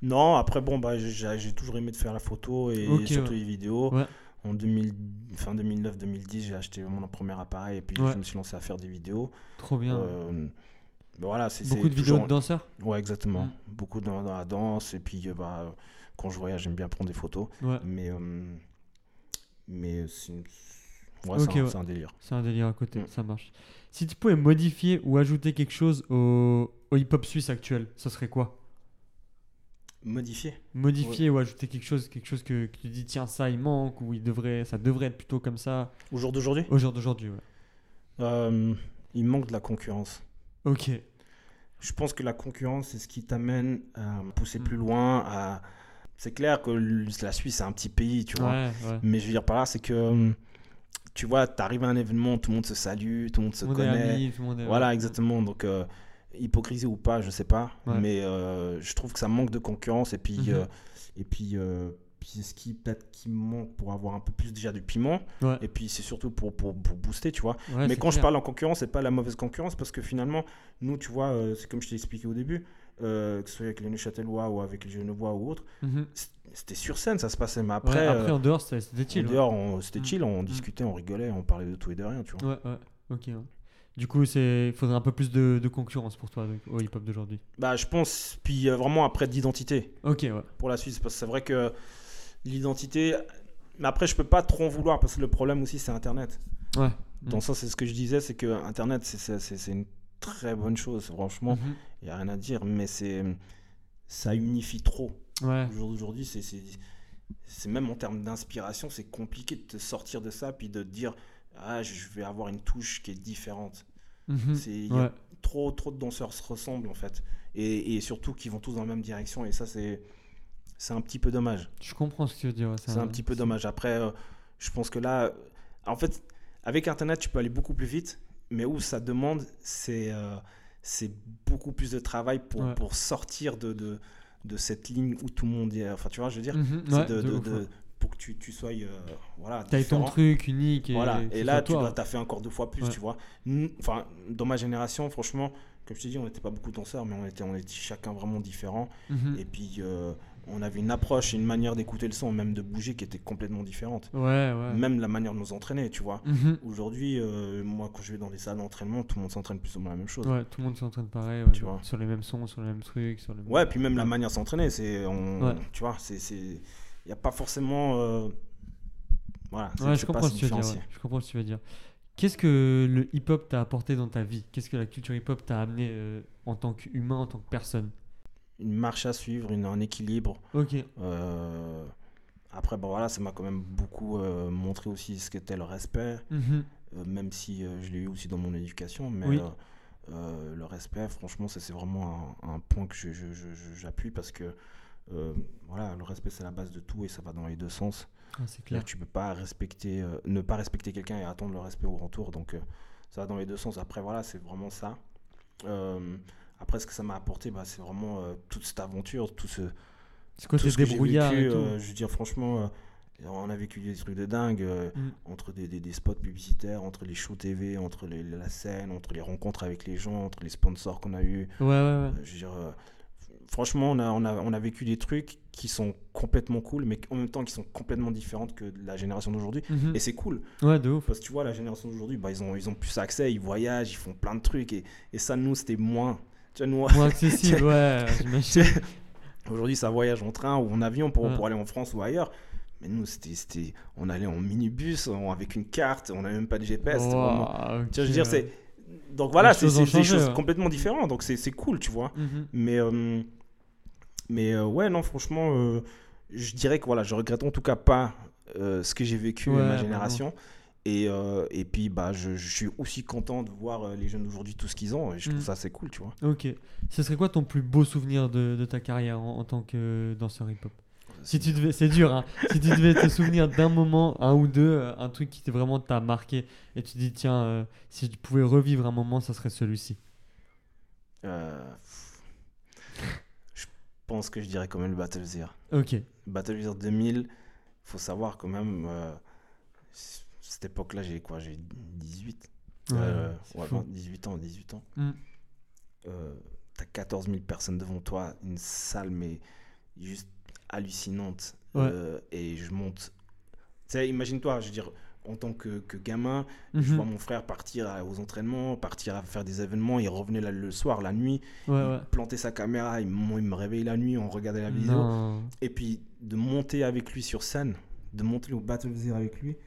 S3: Non, après, bon, bah, j'ai j'ai toujours aimé de faire la photo et
S2: Ok,
S3: surtout
S2: ouais.
S3: les vidéos.
S2: Ouais.
S3: En 2000, fin 2009-2010, j'ai acheté mon premier appareil et puis
S2: Ouais.
S3: je me suis lancé à faire des vidéos.
S2: Trop bien.
S3: Euh, ben voilà, c'est
S2: Beaucoup
S3: c'est
S2: de vidéos
S3: toujours-
S2: de danseurs
S3: Ouais, exactement.
S2: Mm.
S3: Beaucoup dans, dans la danse et puis euh, bah, quand je voyage, j'aime bien prendre des photos.
S2: Ouais,
S3: Mais, euh, mais c'est une- ouais,
S2: Ok,
S3: c'est un,
S2: ouais.
S3: c'est un délire.
S2: c'est un délire à côté,
S3: Mm.
S2: ça marche. Si tu pouvais modifier ou ajouter quelque chose au, au hip-hop suisse actuel, ça serait quoi
S3: Modifié
S2: Modifier ou ajouter quelque chose, quelque chose que, que tu dis, tiens, ça, il manque ou il devrait, ça devrait être plutôt comme ça
S3: Au jour d'aujourd'hui
S2: au jour d'aujourd'hui. ouais.
S3: Euh, Il manque de la concurrence.
S2: Ok,
S3: Je pense que la concurrence, c'est ce qui t'amène à pousser
S2: Mm.
S3: plus loin. À... C'est clair que le- la Suisse, c'est un petit pays, tu vois.
S2: ouais, ouais.
S3: Mais je veux dire par là, c'est que, hum, tu vois, t'arrives à un événement, tout le monde se salue, tout le monde se
S2: Tout le monde est euh,
S3: connaît.
S2: ami, tout le monde est-
S3: Voilà, exactement. Donc, euh, hypocrisie ou pas, je sais pas.
S2: Ouais.
S3: Mais euh, je trouve que ça manque de concurrence. Et puis,
S2: Mhm.
S3: euh, et puis, euh, puis c'est ce qui peut-être qui manque pour avoir un peu plus déjà du piment.
S2: Ouais.
S3: Et puis, c'est surtout pour, pour, pour booster, tu vois.
S2: Ouais,
S3: Mais
S2: c'est
S3: quand je
S2: clair.
S3: parle en concurrence, c'est pas la mauvaise concurrence parce que finalement, nous, tu vois, euh, c'est comme je t'ai expliqué au début, euh, que ce soit avec les Neuchâtelois ou avec les Genevois ou autres,
S2: Mhm. Ouais,
S3: c- c'était sur scène, ça se passait. Mais
S2: Après,
S3: après, euh,
S2: en dehors, c'était- c'était chill.
S3: en
S2: ouais.
S3: dehors, on- c'était
S2: Mm.
S3: chill, on discutait, on rigolait, on parlait de tout et de rien, tu vois.
S2: Ouais, ouais, ok. ouais. Du coup, c'est- il faudrait un peu plus de, de concurrence pour toi donc, au hip-hop d'aujourd'hui.
S3: Bah, je pense, puis euh, vraiment après d'identité
S2: Ok, ouais.
S3: pour la Suisse, parce que c'est vrai que l'identité. Mais après, je peux pas trop en vouloir parce que le problème aussi, c'est Internet.
S2: Ouais. Mm.
S3: Dans ça, c'est ce que je disais, c'est que Internet, c'est- c'est c'est- c'est une très bonne chose, franchement.
S2: Mhm.
S3: Il n'y a rien à dire, mais c'est ça unifie trop.
S2: Ouais,
S3: Aujourd'hui- Aujourd'hui, c'est- c'est c'est même en termes d'inspiration, c'est compliqué de te sortir de ça, puis de te dire ah je vais avoir une touche qui est différente.
S2: Mhm.
S3: C'est il y a
S2: ouais.
S3: trop trop de danseurs se ressemblent en fait, et, et surtout qui vont tous dans la même direction, et ça c'est c'est un petit peu dommage.
S2: Je comprends ce que tu veux dire. Ah ouais,
S3: C'est un petit peu dommage. Après, euh, je pense que là, euh, en fait, avec Internet, tu peux aller beaucoup plus vite, mais où ça demande, c'est euh, c'est beaucoup plus de travail pour,
S2: Ouais.
S3: pour sortir de, de, de cette ligne où tout le monde est. Enfin, tu vois, je veux dire,
S2: Mhm,
S3: c'est
S2: ouais,
S3: de-
S2: de
S3: de-
S2: ouf,
S3: de-
S2: ouais.
S3: pour que tu, tu sois euh, voilà,
S2: T'as ton
S3: différent.
S2: truc unique. Et,
S3: Voilà.
S2: que
S3: Et
S2: ce
S3: là,
S2: soit
S3: tu
S2: toi.
S3: dois taffer encore deux fois plus,
S2: Ouais.
S3: tu vois. Nous, Enfin, dans ma génération, franchement, comme je t'ai dit, on n'était pas beaucoup danseurs, mais on était, on était chacun vraiment différent.
S2: Mhm.
S3: Et puis, euh, on avait une approche, et une manière d'écouter le son, même de bouger, qui était complètement différente.
S2: Ouais, ouais.
S3: Même la manière de nous entraîner, tu vois.
S2: Mhm.
S3: Aujourd'hui, euh, moi, quand je vais dans les salles d'entraînement, tout le monde s'entraîne plus ou moins la même chose.
S2: Ouais, tout le monde s'entraîne pareil. Ouais,
S3: Tu vois.
S2: Sur les mêmes sons, sur les mêmes trucs. Sur les mêmes-
S3: Ouais, puis même la manière de s'entraîner, c'est. on-
S2: Ouais.
S3: Tu vois, c'est. Il n'y a pas forcément. euh, Voilà, c'est-
S2: Ouais,
S3: c'est
S2: je comprends
S3: pas
S2: ce que tu veux dire.
S3: différencié.
S2: ouais. Je comprends ce que tu veux dire. Qu'est-ce que le hip-hop t'a apporté dans ta vie Qu'est-ce que la culture hip-hop t'a amené euh, en tant qu'humain, en tant que personne
S3: Une marche à suivre, une, un équilibre.
S2: Ok.
S3: euh, Après, bon, voilà, ça m'a quand même beaucoup euh, montré aussi ce qu'était le respect,
S2: Mhm.
S3: euh, même si euh, je l'ai eu aussi dans mon éducation. Mais
S2: Oui.
S3: euh, euh, le respect, franchement, ça, c'est vraiment un, un point que je- je- je- je- j'appuie parce que. euh, voilà, le respect c'est la base de tout et ça va dans les deux sens.
S2: Ah, c'est
S3: Là,
S2: clair.
S3: tu peux pas respecter, euh, ne pas respecter quelqu'un et attendre le respect au retour. Donc, euh, ça va dans les deux sens. Après, voilà, c'est vraiment ça. Euh, après, ce que ça m'a apporté, bah, c'est vraiment euh, toute cette aventure, tout ce,
S2: C'est quoi
S3: tout
S2: tes
S3: ce que j'ai
S2: débrouillards
S3: vécu.
S2: et tout
S3: euh, je veux dire, franchement, euh, on a vécu des trucs de dingue euh,
S2: Mm.
S3: entre des, des- des spots publicitaires, entre les shows TV, entre les- la scène, entre les rencontres avec les gens, entre les sponsors qu'on a eu.
S2: Ouais, ouais, ouais.
S3: Je veux dire, euh, franchement, on a, on, a, on a vécu des trucs qui sont complètement cool, mais en même temps qui sont complètement différentes que de la génération d'aujourd'hui.
S2: Mhm.
S3: Et c'est cool,
S2: Ouais, de ouf.
S3: parce que tu vois, la génération d'aujourd'hui, bah, ils, ont, ils ont plus accès, ils voyagent, ils font plein de trucs, et, et ça, nous, c'était moins. Tu vois, nous,
S2: Moins accessible, ouais, j'imagine.
S3: aujourd'hui, ça voyage en train ou en avion pour,
S2: Ouais.
S3: pour aller en France ou ailleurs. Mais nous, c'était, c'était, on allait en minibus, on- avec une carte, on n'avait même pas de GPS. c'était vraiment-
S2: Ouah, ok,
S3: Tu vois, je veux dire,
S2: ouais.
S3: c'est. Donc voilà,
S2: Les
S3: c'est,
S2: choses ont
S3: c'est- c'est des
S2: changé,
S3: choses
S2: ouais.
S3: complètement différentes, donc c'est, c'est cool, tu vois.
S2: Mhm.
S3: Mais, euh, mais euh, ouais, non, franchement, euh, je dirais que voilà, je regrette en tout cas pas euh, ce que j'ai vécu et
S2: Ouais,
S3: ma
S2: bah
S3: génération. Et, euh, et puis, bah, je, je suis aussi content de voir euh, les jeunes d'aujourd'hui tout ce qu'ils ont. Et je trouve
S2: Mm.
S3: ça assez cool, tu vois.
S2: Ok. Ce serait quoi ton plus beau souvenir de, de ta carrière en, en tant que danseur hip-hop si tu devais, c'est dur, hein. si tu devais te souvenir d'un moment, un ou deux, euh, un truc qui t'a vraiment t'a marqué, et tu dis tiens, euh, si je pouvais revivre un moment, ça serait celui-ci.
S3: Euh, je pense que je dirais quand même le Battle Zero.
S2: Ok.
S3: Battle Zero 2000, faut savoir quand même, euh, c- cette époque-là, j'ai quoi J'ai 18.
S2: Ouais,
S3: Euh,
S2: c'est
S3: ouais,
S2: fou.
S3: 20, 18 ans, 18 ans.
S2: Mm.
S3: Euh, T'as 14 000 personnes devant toi, une salle, mais juste hallucinante.
S2: Ouais.
S3: Euh, et je monte. Tu sais, imagine-toi, je veux dire, en tant que, que gamin, je
S2: Mhm.
S3: vois mon frère partir à- aux entraînements, partir à faire des événements, il revenait la- le soir, la nuit,
S2: Ouais, ouais.
S3: il plantait sa caméra, il, m- il me réveillait la nuit, on regardait la vidéo.
S2: Non.
S3: Et puis de monter avec lui sur scène, de monter au Battle of the Year avec lui,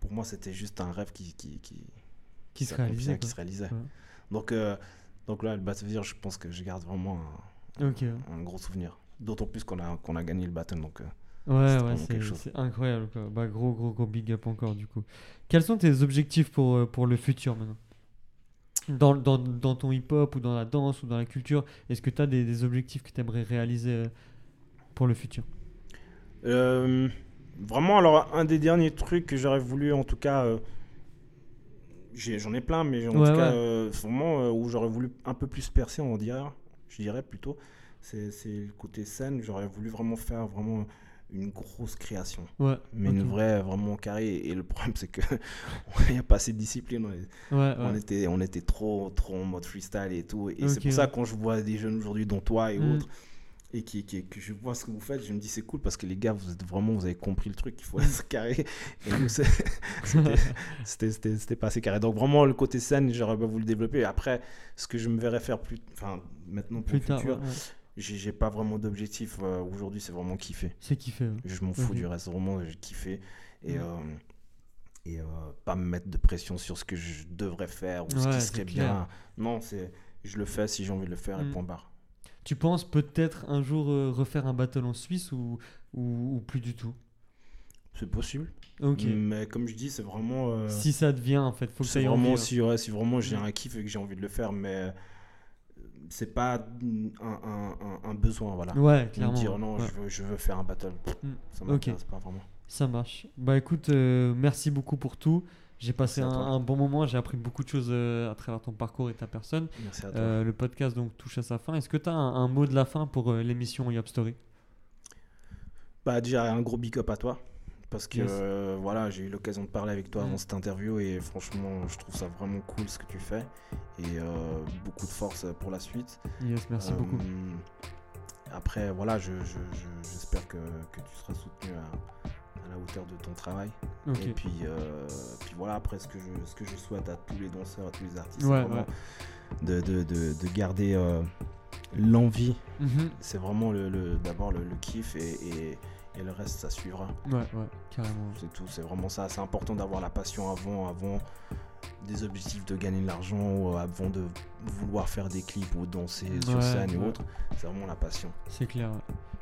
S3: pour moi c'était juste un rêve qui, qui, qui,
S2: Qui se réalisait,
S3: qui
S2: quoi.
S3: se réalisait.
S2: Ouais.
S3: Donc, euh, donc là, le Battle of the Year, je pense que je garde vraiment un,
S2: Ok. ouais.
S3: un gros souvenir. D'autant plus qu'on a, qu'on a gagné le battle. Donc, euh,
S2: Ouais,
S3: vraiment
S2: ouais,
S3: quelque
S2: c'est-
S3: chose.
S2: c'est incroyable. Quoi. Bah, gros, gros, gros big up encore, du coup. Quels sont tes objectifs pour, euh, pour le futur maintenant dans, dans, dans ton hip-hop ou dans la danse ou dans la culture, est-ce que tu as des, des objectifs que tu aimerais réaliser euh, pour le futur
S3: euh, vraiment, alors, un des derniers trucs que j'aurais voulu, en tout cas, euh, j'ai- j'en ai, plein, mais en
S2: Ouais,
S3: tout cas,
S2: ouais.
S3: euh, vraiment, euh, où j'aurais voulu un peu plus percer, on dirait, je dirais plutôt, c'est c'est le côté scène. J'aurais voulu vraiment faire vraiment une grosse création.
S2: Ouais,
S3: Mais
S2: ok.
S3: une vraie, vraiment carrée. Et le problème, c'est que il n'y a pas assez de discipline. on est-
S2: Ouais,
S3: On
S2: ouais.
S3: était, on était trop, trop en mode freestyle et tout. Et c'est
S2: Ok.
S3: pour ça, quand je vois des jeunes aujourd'hui, dont toi et
S2: Mm.
S3: autres, et qui, qui- que je vois ce que vous faites, je me dis c'est cool parce que les gars, vous êtes vraiment, vous avez compris le truc, il
S2: Mm.
S3: faut être carré. Et nous, c'est- c'était- c'était- c'était c'était pas assez carré. Donc vraiment, le côté scène, j'aurais pas voulu le développer. Après, ce que je me verrais faire plus, enfin, maintenant pour
S2: Plus
S3: le
S2: tard,
S3: futur,
S2: ouais, ouais.
S3: j'ai j'ai pas vraiment d'objectif. euh, aujourd'hui, c'est vraiment kiffer.
S2: c'est kiffé. ouais.
S3: Je m'en fous
S2: Ok.
S3: du reste, vraiment, j'ai kiffé. Et,
S2: Mhm. Ouais.
S3: euh, et euh, pas me mettre de pression sur ce que je devrais faire ou ce
S2: Ouais,
S3: qui
S2: c'est
S3: serait
S2: clair.
S3: bien. Non, c'est je le fais si j'ai envie de le faire
S2: Mm.
S3: et point barre.
S2: Tu penses peut-être un jour euh, refaire un battle en Suisse ou, ou, ou plus du tout
S3: C'est possible.
S2: Ok.
S3: Mais comme je dis, c'est vraiment. Mm, euh,
S2: Si ça devient, en fait, faut que ça
S3: c'est
S2: aille
S3: vraiment si, ouais, si vraiment j'ai
S2: Mm.
S3: un kiff et que j'ai envie de le faire, mais euh, c'est pas un, un- un- un besoin, voilà.
S2: Ouais,
S3: De me
S2: clairement.
S3: dire non,
S2: ouais.
S3: je, veux, je veux faire un battle.
S2: Mm.
S3: Ça
S2: Ok.
S3: m'intéresse pas vraiment.
S2: Ça marche. Bah écoute, euh, merci beaucoup pour tout. J'ai passé un,
S3: Merci à toi.
S2: un bon moment, j'ai appris beaucoup de choses euh, à travers ton parcours et ta personne.
S3: Merci à toi.
S2: Euh, le podcast donc touche à sa fin. Est-ce que tu as un, un mot de la fin pour euh, l'émission Yop Story
S3: Bah, déjà, un gros big up à toi Parce que
S2: Yes.
S3: euh, voilà, j'ai eu l'occasion de parler avec toi
S2: Mm.
S3: avant cette interview et franchement, je trouve ça vraiment cool ce que tu fais. Et euh, beaucoup de force pour la suite.
S2: Yes, merci
S3: Euh,
S2: beaucoup.
S3: Après, voilà, je- je- je- j'espère que, que tu seras soutenu à, à la hauteur de ton travail.
S2: Ok.
S3: Et puis, euh, puis voilà, après, ce que, je, ce que je souhaite à tous les danseurs, à tous les artistes,
S2: Ouais,
S3: vraiment,
S2: ouais.
S3: De, de- de- de garder euh, l'envie.
S2: Mhm.
S3: C'est vraiment le, le- d'abord le, le kiff et, et- et le reste, ça suivra.
S2: Ouais, ouais, carrément.
S3: C'est tout, c'est vraiment ça. C'est important d'avoir la passion avant, avant des objectifs de gagner de l'argent, ou avant de vouloir faire des clips ou danser sur
S2: Ouais,
S3: scène
S2: ouais.
S3: et autres. C'est vraiment la passion.
S2: C'est clair. ouais.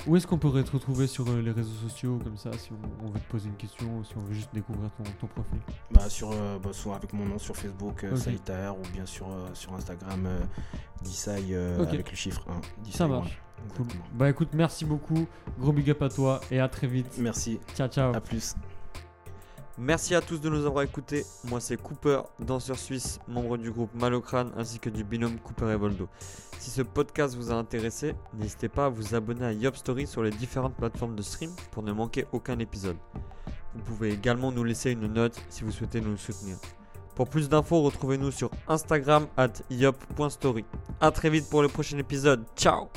S2: Où est-ce qu'on pourrait te retrouver sur euh, les réseaux sociaux, comme ça, si on, on veut te poser une question ou si on veut juste découvrir ton, ton profil
S3: Bah, sur, euh, bah, soit avec mon nom sur Facebook, euh,
S2: Ok.
S3: Saïtaer, ou bien sur, euh, sur Instagram, euh, Dissai
S2: Ok.
S3: avec le chiffre 1.
S2: Ça marche. Cool. Bah écoute, merci beaucoup. Gros big up à toi et à très vite.
S3: Merci,
S2: Ciao, ciao.
S3: à plus.
S1: Merci à tous de nous avoir écoutés. Moi, c'est Cooper, danseur suisse, membre du groupe Malocrane ainsi que du binôme Cooper et Voldo. Si ce podcast vous a intéressé, n'hésitez pas à vous abonner à Yop Story sur les différentes plateformes de stream pour ne manquer aucun épisode. Vous pouvez également nous laisser une note si vous souhaitez nous soutenir. Pour plus d'infos, retrouvez-nous sur Instagram at yop.story. A très vite pour le prochain épisode. Ciao